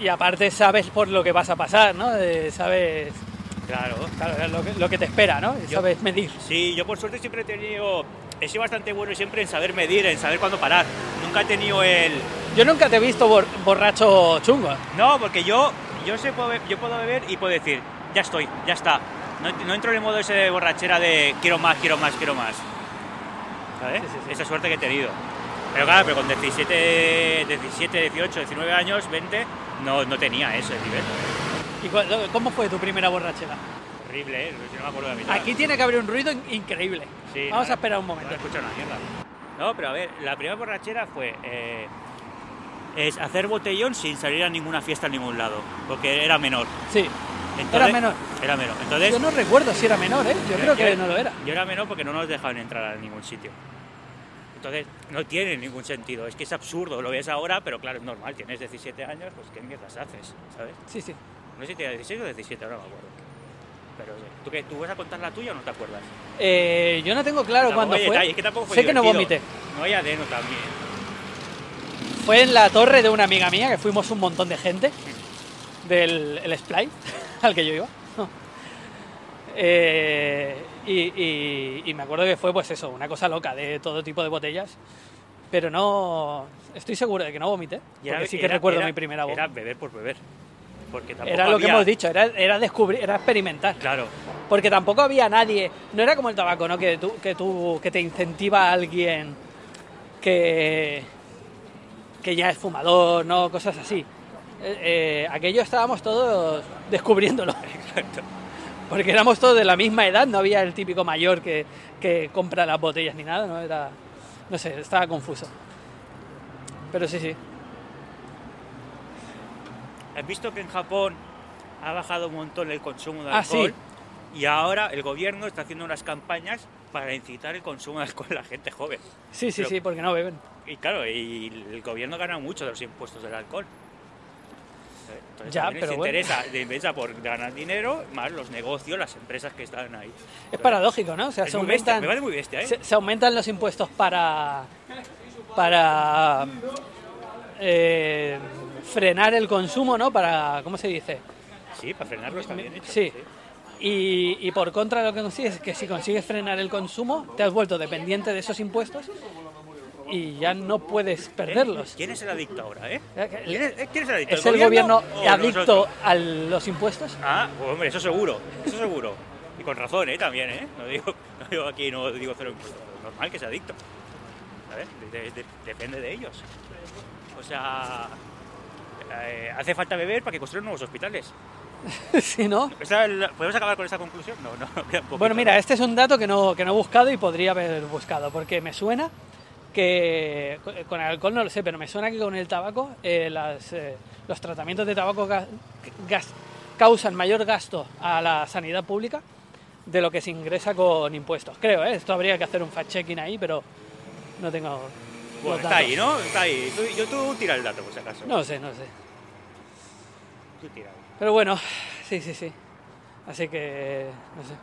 Speaker 1: y aparte sabes por lo que vas a pasar, ¿no? Eh, sabes
Speaker 2: Claro.
Speaker 1: claro, lo, que, lo que te espera, ¿no?
Speaker 2: Yo-
Speaker 1: Sabes medir.
Speaker 2: Sí, yo por suerte siempre he tenido, he sido bastante bueno siempre en saber medir, en saber cuándo parar. Nunca he tenido el,
Speaker 1: Yo nunca te he visto bor- borracho chungo.
Speaker 2: No, porque yo, yo, sé, puedo be- yo puedo beber y puedo decir, ya estoy, ya está. No, no entro en el modo ese de borrachera de quiero más, quiero más, quiero más. ¿Sabes?
Speaker 1: Sí, sí, sí.
Speaker 2: Esa suerte que he tenido. Pero claro, pero con 17, 17, 18, 19 años, 20, no, no tenía ese nivel.
Speaker 1: ¿Y cu- cómo fue tu primera borrachera?
Speaker 2: Horrible, ¿eh? Yo no me acuerdo de la mitad.
Speaker 1: Aquí tiene que haber un ruido in- increíble.
Speaker 2: Sí,
Speaker 1: Vamos
Speaker 2: nada,
Speaker 1: a esperar un
Speaker 2: No
Speaker 1: momento.
Speaker 2: escucho una mierda. No, pero a ver, la primera borrachera fue eh, es hacer botellón sin salir a ninguna fiesta a ningún lado, porque era menor.
Speaker 1: Sí.
Speaker 2: Entonces-
Speaker 1: menor.
Speaker 2: Era menor. Entonces,
Speaker 1: Yo no recuerdo si era menor, ¿eh? Yo creo que no lo era.
Speaker 2: Yo era menor porque no nos dejaban entrar a ningún sitio. Entonces, no tiene ningún sentido. Es que es absurdo. Lo ves ahora, pero claro, es normal. Tienes 17 años, pues qué mierdas haces, ¿sabes?
Speaker 1: Sí, sí.
Speaker 2: No sé si tienes 16 o 17, ahora no me acuerdo. Pero, eh, ¿tú, qué, ¿tú vas a contar la tuya o no te acuerdas?
Speaker 1: Eh, yo no tengo claro
Speaker 2: Tampoco
Speaker 1: cuándo
Speaker 2: hay
Speaker 1: fue.
Speaker 2: detalle, es que tampoco fue
Speaker 1: sé que no vomité.
Speaker 2: divertido. No hay adeno también.
Speaker 1: Fue en la torre de una amiga mía que fuimos un montón de gente del el Splite [LAUGHS] al que yo iba. Eh, y, y- y me acuerdo que fue pues eso, una cosa loca de todo tipo de botellas. Pero no. Estoy seguro de que no vomité.
Speaker 2: Y
Speaker 1: Porque
Speaker 2: era-
Speaker 1: sí que
Speaker 2: era-
Speaker 1: recuerdo
Speaker 2: era-
Speaker 1: mi primera
Speaker 2: Era
Speaker 1: boca.
Speaker 2: beber por beber. Porque
Speaker 1: Era,
Speaker 2: tampoco
Speaker 1: lo que
Speaker 2: había-
Speaker 1: hemos dicho, era, era descubrir, era experimentar.
Speaker 2: Claro,
Speaker 1: Porque tampoco había nadie, no era como el tabaco, ¿no? Que tú, que tú, que te incentiva a alguien que, que ya es fumador, ¿no? Cosas así. Eh, eh, aquello estábamos todos descubriéndolo.
Speaker 2: exacto.
Speaker 1: Porque éramos todos de la misma edad, no había el típico mayor que, que compra las botellas ni nada, ¿no? Era, no sé, estaba confuso. Pero sí, sí.
Speaker 2: ¿Has visto que en Japón ha bajado un montón el consumo de
Speaker 1: Ah, sí.
Speaker 2: alcohol? Y ahora el gobierno está haciendo unas campañas para incitar el consumo de alcohol a la gente joven.
Speaker 1: Sí, sí,
Speaker 2: Pero-
Speaker 1: sí, porque no beben.
Speaker 2: Y claro, y el gobierno gana mucho de los impuestos del alcohol. Entonces
Speaker 1: Ya,
Speaker 2: también les
Speaker 1: pero bueno.
Speaker 2: interesa, les interesa por ganar dinero, más los negocios, las empresas que están ahí.
Speaker 1: Es paradójico, ¿no? O sea,
Speaker 2: Es
Speaker 1: se
Speaker 2: muy bestia,
Speaker 1: aumentan,
Speaker 2: me parece muy bestia, ¿eh?
Speaker 1: se, se aumentan los impuestos para, para eh, frenar el consumo, ¿no? Para, ¿cómo se dice?
Speaker 2: Sí, para frenarlos también. ¿eh? hecho,
Speaker 1: Sí. Y, y por contra lo que consigues es que si consigues frenar el consumo, te has vuelto dependiente de esos impuestos y ya no puedes perderlos.
Speaker 2: ¿Quién es el adicto ahora, eh?
Speaker 1: Eh,
Speaker 2: ¿Quién es, eh, quién es el adicto?
Speaker 1: ¿Es el gobierno
Speaker 2: o
Speaker 1: adicto
Speaker 2: nosotros?
Speaker 1: a los impuestos? [LAUGHS]
Speaker 2: Ah, hombre, eso seguro, eso seguro. Y con razón, ¿eh? También, ¿eh? No digo, no digo aquí, no digo cero impuestos. Normal que sea adicto. ¿Sabes? De- de- depende de ellos. O sea, eh, hace falta beber para que construyan nuevos hospitales.
Speaker 1: si no.
Speaker 2: Esta es la- ¿Podemos acabar con esta conclusión? No, [LAUGHS] no, queda un poquito.
Speaker 1: Bueno, mira, este es un dato que no, que no he buscado y podría haber buscado, porque me suena que co- eh, con el alcohol no lo sé, pero me suena que con el tabaco eh, las, eh, los tratamientos de tabaco ga- gas- causan mayor gasto a la sanidad pública de lo que se ingresa con impuestos. Creo, ¿eh? esto habría que hacer un fact-checking ahí, pero no tengo... los
Speaker 2: Bueno, está
Speaker 1: datos.
Speaker 2: ahí, ¿no? Está ahí. Tú, yo tú tira el dato, por si acaso.
Speaker 1: No lo sé, no lo sé.
Speaker 2: Tú tira.
Speaker 1: Pero bueno, sí, sí, sí. Así que, no sé.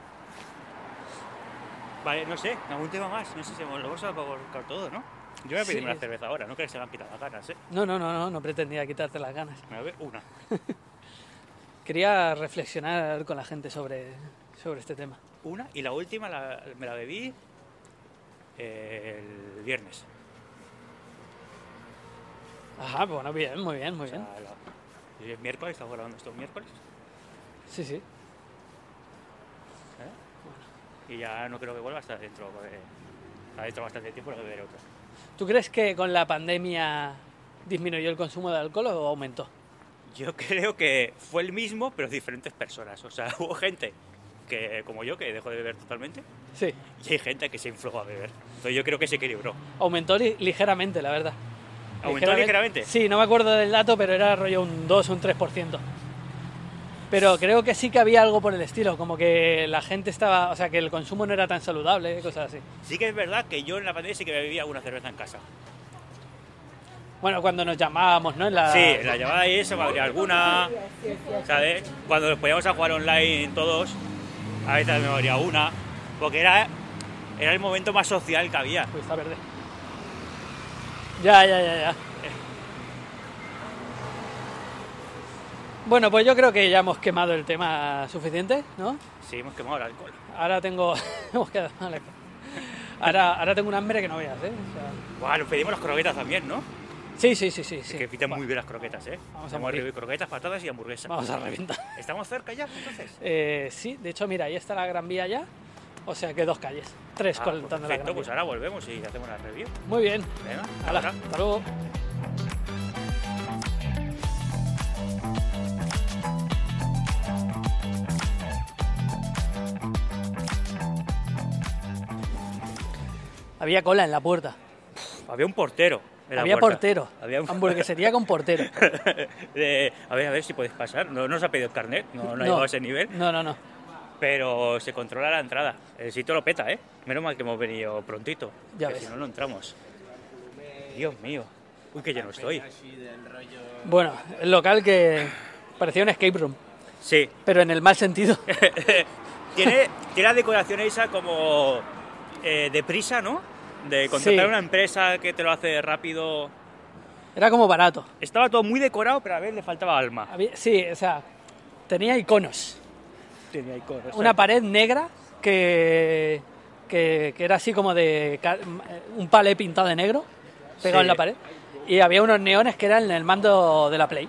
Speaker 2: Vale, no sé, algún tema más. No sé si hemos- lo vamos a abarcar todo, ¿no? Yo voy a pedirme
Speaker 1: Sí.
Speaker 2: una cerveza ahora, no crees que se me han quitado las ganas, ¿eh?
Speaker 1: No, no, no, no, no pretendía quitarte las ganas.
Speaker 2: Me voy a beber una.
Speaker 1: Quería reflexionar con la gente sobre, sobre este tema.
Speaker 2: Una y la última la- me la bebí eh, el viernes.
Speaker 1: Ajá, bueno, bien, muy bien, muy
Speaker 2: O sea,
Speaker 1: bien.
Speaker 2: la- el miércoles, estamos grabando esto un miércoles.
Speaker 1: Sí, sí.
Speaker 2: Y ya no creo que vuelva hasta dentro, pues, eh, de- hasta dentro de bastante tiempo, lo beberé otra.
Speaker 1: ¿Tú crees que con la pandemia ¿Disminuyó el consumo de alcohol o aumentó?
Speaker 2: Yo [LAUGHS] creo que fue el mismo, pero diferentes personas. O sea, [LAUGHS] hubo gente que, como yo, que dejó de beber totalmente,
Speaker 1: Sí,
Speaker 2: y hay gente que se infló a beber. Entonces yo creo que se equilibró.
Speaker 1: aumentó li- ligeramente, la verdad.
Speaker 2: ¿Aumentó ligeramente?
Speaker 1: Sí, no me acuerdo del dato, pero era rollo un 2 o un 3%. Pero creo que sí que había algo por el estilo, como que la gente estaba, o sea, que el consumo no era tan saludable, cosas así.
Speaker 2: Sí que es verdad que yo en la pandemia sí que bebía alguna cerveza en casa.
Speaker 1: Bueno, cuando nos llamábamos, ¿no? En la-
Speaker 2: Sí, en la llamada y eso, me abría alguna, ¿sabes? Cuando nos poníamos a jugar online todos, a veces me abría una, porque era, era el momento más social que había.
Speaker 1: Uy, está verde. Ya, ya, ya, ya. Bueno, pues yo creo que ya hemos quemado el tema suficiente, ¿no?
Speaker 2: Sí, hemos quemado el alcohol.
Speaker 1: Ahora tengo. [LAUGHS] hemos quedado mal aquí. Ahora, ahora tengo un hambre que no veas, ¿eh? O sea,
Speaker 2: Bueno, nos pedimos las croquetas también, ¿no?
Speaker 1: Sí, sí, sí, sí. sí.
Speaker 2: Que pitan
Speaker 1: Buah,
Speaker 2: muy bien las croquetas, ¿eh?
Speaker 1: Vamos a
Speaker 2: Hemos
Speaker 1: morir.
Speaker 2: recibido croquetas, patatas y hamburguesas.
Speaker 1: Vamos a reventar.
Speaker 2: ¿Estamos cerca ya, entonces?
Speaker 1: Eh, sí, de hecho, mira, ahí está la Gran Vía ya. O sea que dos calles. Tres
Speaker 2: Ah, pues
Speaker 1: contando la
Speaker 2: perfecto,
Speaker 1: Gran
Speaker 2: pues
Speaker 1: Vía.
Speaker 2: ahora volvemos y hacemos la review.
Speaker 1: Muy bien.
Speaker 2: Venga,
Speaker 1: Hala,
Speaker 2: ahora.
Speaker 1: hasta luego. Había cola en la puerta.
Speaker 2: Había un portero. en la
Speaker 1: Había
Speaker 2: puerta.
Speaker 1: portero.
Speaker 2: Había un
Speaker 1: Hamburguesería con portero.
Speaker 2: [LAUGHS] De- a ver, a ver si podéis pasar. No, no se ha pedido el carnet, no, no ha llegado a ese nivel,
Speaker 1: No, no, no.
Speaker 2: pero se controla la entrada. El sitio lo peta, ¿eh? Menos mal que hemos venido prontito,
Speaker 1: Ya
Speaker 2: que
Speaker 1: ves.
Speaker 2: si no, no entramos. Dios mío. Uy, que ya no estoy.
Speaker 1: Bueno, el local que parecía un escape room,
Speaker 2: Sí. [LAUGHS]
Speaker 1: pero en el mal sentido.
Speaker 2: tiene, tiene la decoración esa como eh, de prisa, ¿no? De contratar
Speaker 1: Sí.
Speaker 2: a una empresa que te lo hace rápido.
Speaker 1: Era como barato.
Speaker 2: Estaba todo muy decorado, pero a ver, le faltaba alma.
Speaker 1: Había- sí, o sea, tenía iconos.
Speaker 2: Tenía iconos.
Speaker 1: Una pared negra que, que, que era así como de ca- un palé pintado de negro, pegado
Speaker 2: Sí.
Speaker 1: en la pared. Y había unos neones que eran el mando de la Play.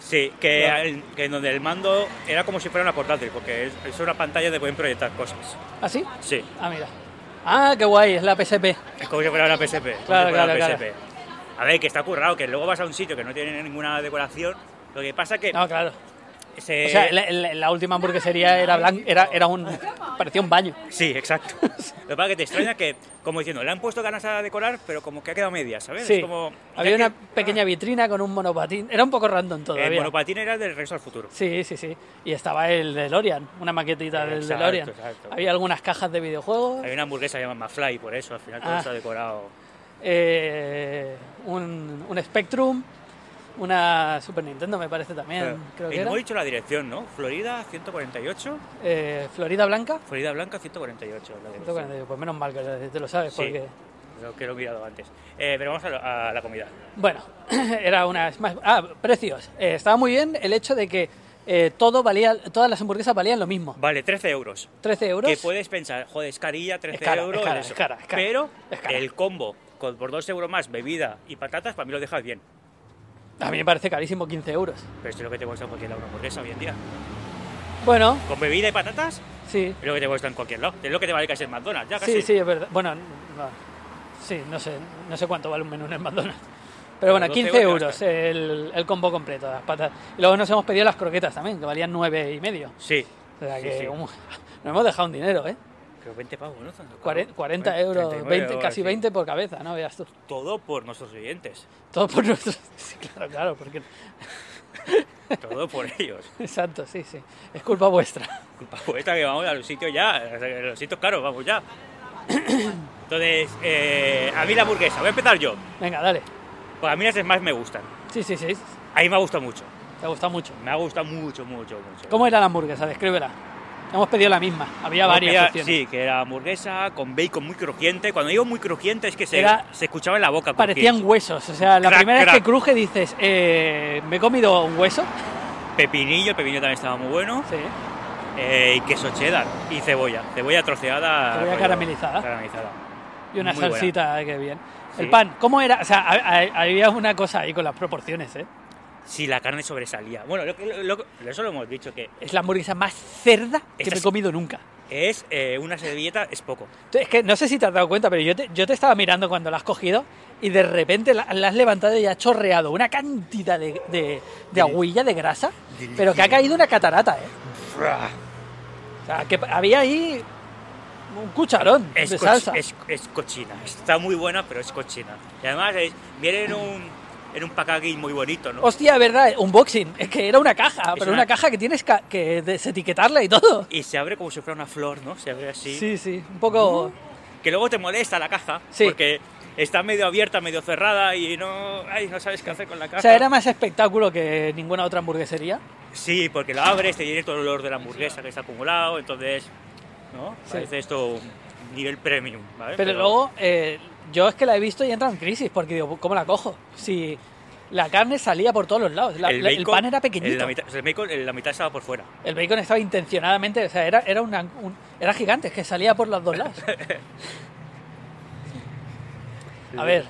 Speaker 2: Sí, que,
Speaker 1: Claro.
Speaker 2: el- que en donde el mando era como si fuera una portátil, porque es, es una pantalla de pueden proyectar cosas.
Speaker 1: ¿Así?
Speaker 2: Sí,
Speaker 1: Ah, mira. Ah, qué guay, es la PSP.
Speaker 2: es como si fuera una PSP. como si
Speaker 1: Claro,
Speaker 2: fuera una
Speaker 1: claro,
Speaker 2: PSP. A ver, que está currado, que luego vas a un sitio que no tiene ninguna decoración. Lo que pasa que
Speaker 1: No, claro.
Speaker 2: se...
Speaker 1: O sea, la, la- la última hamburguesería era blan- era, era un. parecía un baño.
Speaker 2: Sí, exacto. [LAUGHS] Lo que pasa que te extraña que, como diciendo, le han puesto ganas a decorar, pero como que ha quedado media, ¿sabes?
Speaker 1: Sí.
Speaker 2: Es como...
Speaker 1: Había
Speaker 2: ya
Speaker 1: una
Speaker 2: que- Eh,
Speaker 1: pequeña vitrina con un monopatín. Era un poco random todo.
Speaker 2: El monopatín era del Regreso al Futuro.
Speaker 1: Sí, sí, sí. Y estaba el DeLorean, una maquetita del
Speaker 2: Eh, Exacto,
Speaker 1: DeLorean.
Speaker 2: exacto.
Speaker 1: Había algunas cajas de videojuegos,
Speaker 2: Hay una hamburguesa llamada McFly, por eso, al final todo
Speaker 1: Ah.
Speaker 2: está decorado.
Speaker 1: eh, un, un Spectrum, una Super Nintendo me parece también,
Speaker 2: Pero-
Speaker 1: creo
Speaker 2: y
Speaker 1: que
Speaker 2: no
Speaker 1: era.
Speaker 2: he dicho la dirección, ¿no? Florida 148...
Speaker 1: Eh, Florida Blanca.
Speaker 2: Florida Blanca 148. la dirección.
Speaker 1: 142, Pues menos mal que te lo sabes,
Speaker 2: Sí,
Speaker 1: porque...
Speaker 2: lo que lo he mirado antes. Eh, pero vamos a, lo- a la comida.
Speaker 1: Bueno, [CLEARS THROAT] era una... es más- Ah, precios. Eh, estaba muy bien el hecho de que eh, todo valía, todas las hamburguesas valían lo mismo.
Speaker 2: Vale, 13 euros.
Speaker 1: 13 euros.
Speaker 2: Que puedes pensar, joder, es carilla, 13
Speaker 1: Es cara, es
Speaker 2: euros.
Speaker 1: cara,
Speaker 2: eso.
Speaker 1: es cara, es cara,
Speaker 2: pero
Speaker 1: es cara.
Speaker 2: el combo, con, por 2 euros más, bebida y patatas, para mí lo dejas bien.
Speaker 1: A mí me parece carísimo 15 euros.
Speaker 2: Pero esto es lo que te cuesta en cualquier lado una hamburguesa hoy en día.
Speaker 1: Bueno,
Speaker 2: Con bebida y patatas,
Speaker 1: sí.
Speaker 2: es lo que te cuesta en cualquier lado. Es lo que te vale casi el McDonald's, ya casi.
Speaker 1: Sí, sí, es verdad. Bueno, no, sí, no sé, no sé cuánto vale un menú en el McDonald's. Pero bueno,
Speaker 2: 12
Speaker 1: 15
Speaker 2: euros
Speaker 1: euros el, el combo completo, las patas. Y luego nos hemos pedido las croquetas también, que valían nueve y medio.
Speaker 2: Sí.
Speaker 1: O sea
Speaker 2: Sí,
Speaker 1: que
Speaker 2: sí.
Speaker 1: um, [LAUGHS] nos hemos dejado un dinero, ¿eh?
Speaker 2: Creo 20 pavos, ¿no? Tanto,
Speaker 1: 40,
Speaker 2: claro.
Speaker 1: 40 euros,
Speaker 2: 39
Speaker 1: 20, casi
Speaker 2: sí.
Speaker 1: 20 por cabeza, ¿no? Veas tú.
Speaker 2: Todo por nuestros oyentes.
Speaker 1: Todo por nuestros... [LAUGHS] Sí, claro, claro, porque...
Speaker 2: Todo por [LAUGHS] ellos.
Speaker 1: Exacto, sí, sí. Es culpa vuestra.
Speaker 2: Culpa vuestra que vamos a los sitios ya, a los sitios caros, vamos ya. [COUGHS] Entonces, eh, a mí la hamburguesa, voy a empezar yo.
Speaker 1: Venga, dale.
Speaker 2: Pues a mí las que más me gustan.
Speaker 1: Sí, sí, sí.
Speaker 2: A mí me ha gustado mucho.
Speaker 1: Te ha gustado mucho.
Speaker 2: Me ha gustado mucho, mucho, mucho.
Speaker 1: ¿Cómo era la hamburguesa? Descríbela. Hemos pedido la misma. Había
Speaker 2: Como
Speaker 1: varias
Speaker 2: que era-
Speaker 1: opciones.
Speaker 2: Sí, que era hamburguesa con bacon muy crujiente. Cuando digo muy crujiente es que se,
Speaker 1: Era-
Speaker 2: se escuchaba en la boca.
Speaker 1: Parecían
Speaker 2: crujir.
Speaker 1: huesos, o sea, la
Speaker 2: Crack,
Speaker 1: primera vez
Speaker 2: crack.
Speaker 1: que cruje dices, eh, ¿me he comido un hueso?
Speaker 2: Pepinillo, el pepinillo también estaba muy bueno.
Speaker 1: Sí.
Speaker 2: Eh, y queso cheddar y cebolla. Cebolla troceada.
Speaker 1: Cebolla
Speaker 2: rollo
Speaker 1: caramelizada.
Speaker 2: Caramelizada.
Speaker 1: Y una
Speaker 2: Muy buena.
Speaker 1: salsita, que bien. El
Speaker 2: Sí.
Speaker 1: pan, ¿cómo era? O sea, ha- ha- había una cosa ahí con las proporciones, ¿eh?
Speaker 2: Sí, la carne sobresalía. Bueno, lo, lo- lo- eso lo hemos dicho, que
Speaker 1: Es la hamburguesa más cerda que
Speaker 2: Esta
Speaker 1: me he
Speaker 2: es-
Speaker 1: comido nunca.
Speaker 2: es eh, una servilleta, es poco.
Speaker 1: Es que no sé si te has dado cuenta, pero yo te, yo te estaba mirando cuando la has cogido y de repente la, la has levantado y ha chorreado una cantidad de, de, de aguilla, de grasa, pero que ha caído una catarata, ¿eh?
Speaker 2: Fra.
Speaker 1: O sea, que había ahí un cucharón
Speaker 2: Es,
Speaker 1: de
Speaker 2: co-
Speaker 1: salsa.
Speaker 2: es- es cochina. Está muy buena, pero es cochina. Y además es- viene en un, en un packaging muy bonito, ¿no?
Speaker 1: Hostia, verdad, unboxing. Es que era una caja, pero
Speaker 2: una-
Speaker 1: una caja que tienes ca- que desetiquetarla y todo.
Speaker 2: Y se abre como si fuera una flor, ¿no? Se abre así.
Speaker 1: Sí, sí, un poco...
Speaker 2: Que luego te molesta la caja,
Speaker 1: Sí.
Speaker 2: porque está medio abierta, medio cerrada y no, ay, no sabes qué hacer con la caja.
Speaker 1: O sea, era más espectáculo que ninguna otra hamburguesería.
Speaker 2: Eh, Sí, porque la abres, te viene todo el olor de la hamburguesa que está acumulado, entonces, ¿no?
Speaker 1: Sí.
Speaker 2: Parece esto un nivel premium, ¿vale?
Speaker 1: Pero luego, eh, yo es que la he visto y entra en crisis, porque digo, ¿cómo la cojo? Si la carne salía por todos los lados, la- la- el,
Speaker 2: bacon,
Speaker 1: pan era
Speaker 2: en La
Speaker 1: pequeñito,
Speaker 2: mitad, o sea, el bacon en la mitad estaba por fuera.
Speaker 1: el bacon estaba intencionadamente, o sea, era, era, una- un- era gigante, es que salía por los dos lados. A ver,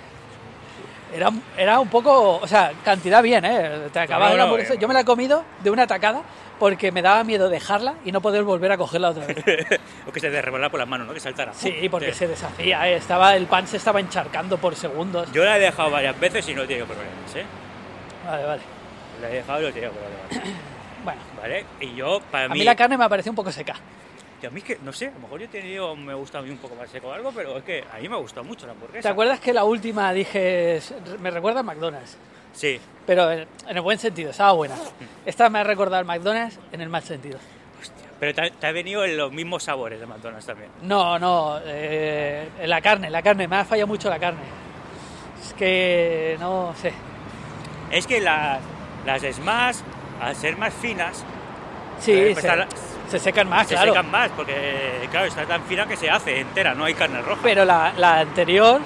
Speaker 1: era, era un poco, o sea, cantidad bien, ¿eh? Te acabas
Speaker 2: no,
Speaker 1: de la
Speaker 2: no,
Speaker 1: hamburguesa.
Speaker 2: eh.
Speaker 1: Yo me la he comido de una tacada porque me daba miedo dejarla y no poder volver a cogerla otra vez.
Speaker 2: O que se desremolara por las manos, ¿no? Que saltara.
Speaker 1: Sí, porque
Speaker 2: Entonces,
Speaker 1: se deshacía, ¿eh? estaba el pan se estaba encharcando por segundos.
Speaker 2: Yo la he dejado varias veces y no he tenido problemas, ¿eh?
Speaker 1: Vale, vale.
Speaker 2: La he dejado y no he tenido problemas,
Speaker 1: Bueno,
Speaker 2: ¿vale? Y yo, para
Speaker 1: a
Speaker 2: mí...
Speaker 1: mí la carne me ha parecido un poco seca.
Speaker 2: que a mí es que, no sé, a lo mejor yo he tenido... Me gusta a mí un poco más seco o algo, pero es que a mí me ha gustado mucho la hamburguesa.
Speaker 1: ¿Te acuerdas que la última dije, "Es- me recuerda a McDonald's?
Speaker 2: Sí.
Speaker 1: Pero en en el buen sentido, estaba buena. Esta me ha recordado al McDonald's en el mal sentido.
Speaker 2: Pero te ha, te ha venido en los mismos sabores de McDonald's también.
Speaker 1: No, no, eh, la carne, la carne, me ha fallado mucho la carne. Es que no sé.
Speaker 2: Es que las, las Smash, al ser más finas,
Speaker 1: Sí,
Speaker 2: Eh,
Speaker 1: se,
Speaker 2: pues a la-
Speaker 1: se secan más,
Speaker 2: se
Speaker 1: Ah, claro.
Speaker 2: secan más, porque, claro, está tan fina que se hace entera, no hay carne roja.
Speaker 1: Pero la, la anterior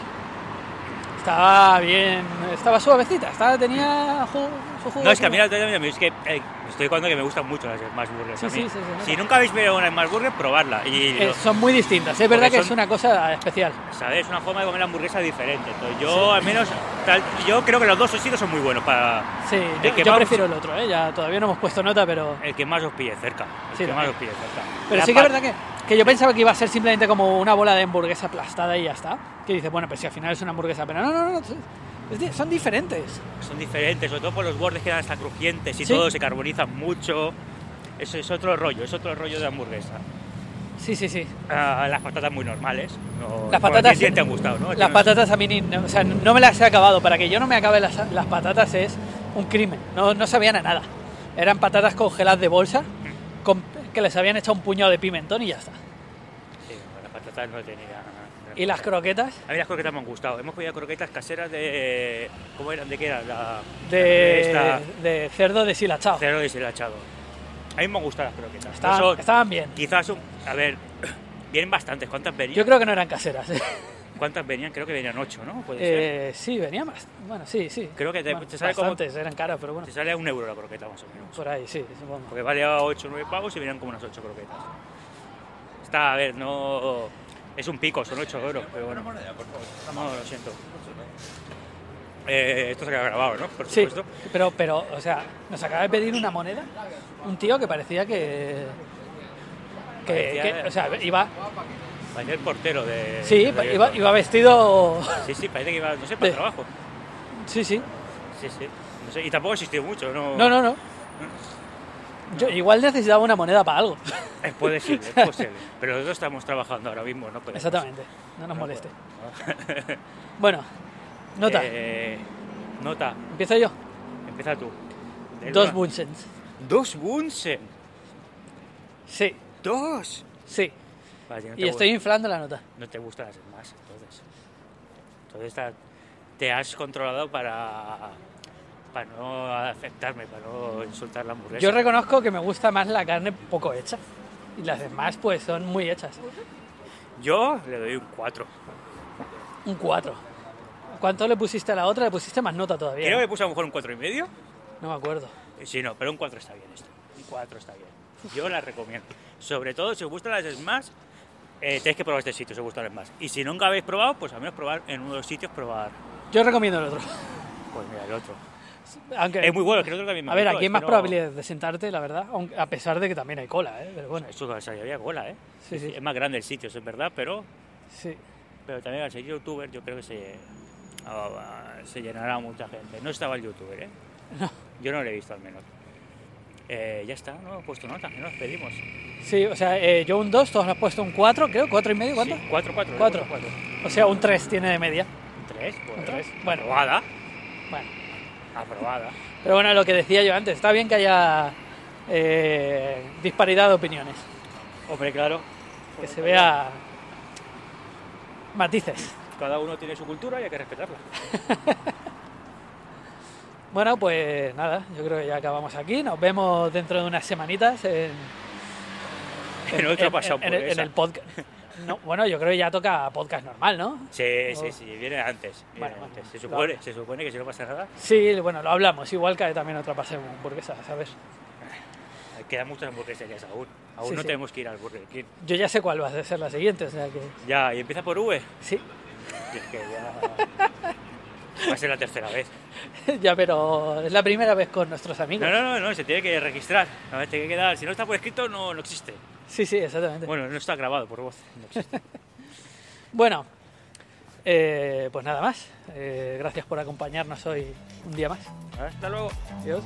Speaker 1: estaba bien, estaba suavecita, estaba, tenía ju- su jugo.
Speaker 2: No, es que
Speaker 1: su-
Speaker 2: a mí la otra vez me- es que eh, estoy contando que me gustan mucho las Smash Burgers.
Speaker 1: Sí,
Speaker 2: a mí.
Speaker 1: sí, sí, sí.
Speaker 2: si nunca habéis visto una Smash Burger, probadla. Y
Speaker 1: Eh,
Speaker 2: lo-
Speaker 1: son muy distintas, es verdad
Speaker 2: Porque
Speaker 1: que es
Speaker 2: son-
Speaker 1: una cosa especial.
Speaker 2: ¿sabes? una forma de comer la hamburguesa diferente. Entonces, yo, al menos, tal- yo creo que los dos sitios son muy buenos para
Speaker 1: Sí,
Speaker 2: El
Speaker 1: yo,
Speaker 2: que
Speaker 1: yo
Speaker 2: vamos-
Speaker 1: prefiero el otro, ¿eh? ya todavía no hemos puesto nota, pero.
Speaker 2: el que más os pille cerca. El
Speaker 1: Sí,
Speaker 2: que
Speaker 1: también.
Speaker 2: más os pille cerca.
Speaker 1: Pero
Speaker 2: La
Speaker 1: sí que es
Speaker 2: pa-
Speaker 1: verdad que, que yo pensaba que iba a ser simplemente como una bola de hamburguesa aplastada y ya está. Que dices, bueno, pues si al final es una hamburguesa, pero no, no, no, es di- son diferentes.
Speaker 2: son diferentes, sobre todo por los bordes quedan hasta crujientes y
Speaker 1: Sí.
Speaker 2: todo se carboniza mucho. Eso es otro rollo, es otro rollo de hamburguesa.
Speaker 1: Sí, sí, sí.
Speaker 2: Ah, las patatas muy normales. No,
Speaker 1: Las
Speaker 2: bueno,
Speaker 1: patatas-
Speaker 2: a ti sí te han gustado, ¿no? A ti
Speaker 1: Las
Speaker 2: no-
Speaker 1: patatas a mí, ni- no, o sea, no me las he acabado. Para que yo no me acabe las, las patatas es un crimen. No, no sabían a nada. Eran patatas congeladas de bolsa con- que les habían echado un puñado de pimentón y ya está.
Speaker 2: Sí, no, las patatas no tenía.
Speaker 1: Y las croquetas
Speaker 2: A mí las croquetas me han gustado. Hemos comido croquetas caseras de. ¿Cómo eran? ¿De qué era? La, de esta-
Speaker 1: de, de cerdo deshilachado.
Speaker 2: Cero deshilachado. A mí me han gustado las croquetas.
Speaker 1: Estaban,
Speaker 2: No son-
Speaker 1: estaban bien.
Speaker 2: Quizás un. A ver, [CLEARS THROAT] vienen bastantes. ¿Cuántas venían?
Speaker 1: Yo creo que no eran caseras.
Speaker 2: ¿Cuántas venían? Creo que venían ocho, ¿no? Puede ser.
Speaker 1: Eh, sí, venía más. Bueno, sí, sí.
Speaker 2: Creo que te-
Speaker 1: Bueno,
Speaker 2: te sale como-
Speaker 1: bastantes, eran caras, pero bueno.
Speaker 2: Te sale a un euro la croqueta más o menos.
Speaker 1: Por ahí, sí, supongo.
Speaker 2: Porque valía 8 o 9 pavos y venían como unas 8 croquetas. Está, a ver, no. Es un pico, son 8 euros, pero bueno. No, lo siento. Eh, esto se queda grabado, ¿no? Por
Speaker 1: Sí,
Speaker 2: supuesto.
Speaker 1: pero, pero, o sea, nos acaba de pedir una moneda un tío que parecía que. que,
Speaker 2: Parecía-
Speaker 1: que- o sea, iba.
Speaker 2: Parecía el portero de.
Speaker 1: Sí,
Speaker 2: de Bayern.
Speaker 1: iba, iba vestido.
Speaker 2: Sí, sí, parece que iba, no sé, para
Speaker 1: De-
Speaker 2: el trabajo.
Speaker 1: Sí, sí.
Speaker 2: Sí, sí. No sé, y tampoco existió mucho, ¿no?
Speaker 1: No, no, no. Yo igual necesitaba una moneda para algo. [LAUGHS]
Speaker 2: Es posible, es posible. Pero nosotros estamos trabajando ahora mismo, ¿no? podemos.
Speaker 1: Exactamente. No nos moleste.
Speaker 2: [LAUGHS] podemos.
Speaker 1: Bueno, nota.
Speaker 2: Eh, nota,
Speaker 1: Empiezo yo.
Speaker 2: empieza tú. Del
Speaker 1: Dos
Speaker 2: uno-
Speaker 1: Bunchens.
Speaker 2: Dos Bunsen.
Speaker 1: Sí,
Speaker 2: Dos.
Speaker 1: sí.
Speaker 2: Vale, no te
Speaker 1: Y
Speaker 2: gu-
Speaker 1: estoy inflando la nota.
Speaker 2: No te gustan las demás, entonces. Entonces ta- te has controlado para, para no afectarme, para no insultar la hamburguesa.
Speaker 1: Yo reconozco que me gusta más la carne poco hecha. Y las demás, pues, son muy hechas.
Speaker 2: Yo le doy un 4.
Speaker 1: Un 4. ¿Cuánto le pusiste a la otra? Le pusiste más nota todavía.
Speaker 2: Creo
Speaker 1: ¿no?
Speaker 2: que puse a lo mejor un 4,5. y medio. Eh,
Speaker 1: No me acuerdo.
Speaker 2: Sí, no, pero un 4 está bien esto. Un 4 está bien. Yo la recomiendo. Sobre todo si os gustan las Smash, eh, tenéis que probar este sitio si os gustan las Smash. Y si nunca habéis probado, pues al menos probar en uno de los sitios, probar.
Speaker 1: Yo recomiendo el otro.
Speaker 2: Pues mira, el otro.
Speaker 1: Aunque,
Speaker 2: Es muy bueno, es que el otro también me
Speaker 1: a ver,
Speaker 2: gustó,
Speaker 1: aquí hay
Speaker 2: es
Speaker 1: más
Speaker 2: que no-
Speaker 1: probabilidades de sentarte, la verdad. aunque- a pesar de que también hay cola, ¿eh? Pero bueno,
Speaker 2: Esto que había cola, ¿eh?
Speaker 1: Sí, sí.
Speaker 2: Es más grande el sitio, eso es verdad, pero
Speaker 1: sí.
Speaker 2: Pero también al ser youtuber yo creo que se, ah, se llenará mucha gente. No estaba el youtuber, ¿eh? Yo no lo he visto al menos. Eh, ya está, no he puesto nota, que nos pedimos.
Speaker 1: Sí, o sea, eh, yo un 2, todos nos has puesto un 4, creo, 4 y medio, ¿cuánto?
Speaker 2: Sí, cuatro, cuatro.
Speaker 1: Cuatro.
Speaker 2: le he puesto cuatro.
Speaker 1: O sea, un 3 tiene de media.
Speaker 2: Un tres, pues.
Speaker 1: Un tres. Bueno.
Speaker 2: Aprobada,
Speaker 1: Bueno.
Speaker 2: aprobada.
Speaker 1: Pero bueno, lo que decía yo antes, está bien que haya eh, disparidad de opiniones,
Speaker 2: Hombre, claro.
Speaker 1: que se vea matices.
Speaker 2: Cada uno tiene su cultura y hay
Speaker 1: [LAUGHS]
Speaker 2: que respetarla.
Speaker 1: Bueno, pues nada, yo creo que ya acabamos aquí. Nos vemos dentro de unas semanitas en,
Speaker 2: En otra pasapurguesa.
Speaker 1: en el- en el podcast. No, bueno, yo creo que ya toca podcast normal, ¿no?
Speaker 2: Sí, sí,
Speaker 1: Oh.
Speaker 2: sí, viene antes. viene
Speaker 1: Bueno,
Speaker 2: antes.
Speaker 1: bueno,
Speaker 2: Se, supone, se supone que si no pasa nada,
Speaker 1: Sí, bueno, lo hablamos. Igual cae también otra pase hamburguesa, ¿sabes?
Speaker 2: Eh, quedan muchas hamburgueserías aún. Aún
Speaker 1: Sí,
Speaker 2: no
Speaker 1: sí.
Speaker 2: tenemos que ir al Burger King.
Speaker 1: Yo ya sé cuál va a ser la siguiente, o sea que
Speaker 2: Ya, y empieza por V.
Speaker 1: sí, [LAUGHS]
Speaker 2: Y es que ya... Va a ser la tercera vez.
Speaker 1: ya, pero es la primera vez con nuestros amigos.
Speaker 2: No, no, no, no, se tiene que registrar. A ver, tiene que quedar. Si no está por escrito, no, no existe.
Speaker 1: Sí, sí, exactamente. Bueno,
Speaker 2: Bueno, no está grabado por voz.
Speaker 1: [LAUGHS]
Speaker 2: No existe.
Speaker 1: eh, pues nada más. Eh, gracias por acompañarnos hoy un día más.
Speaker 2: Hasta luego.
Speaker 1: Adiós.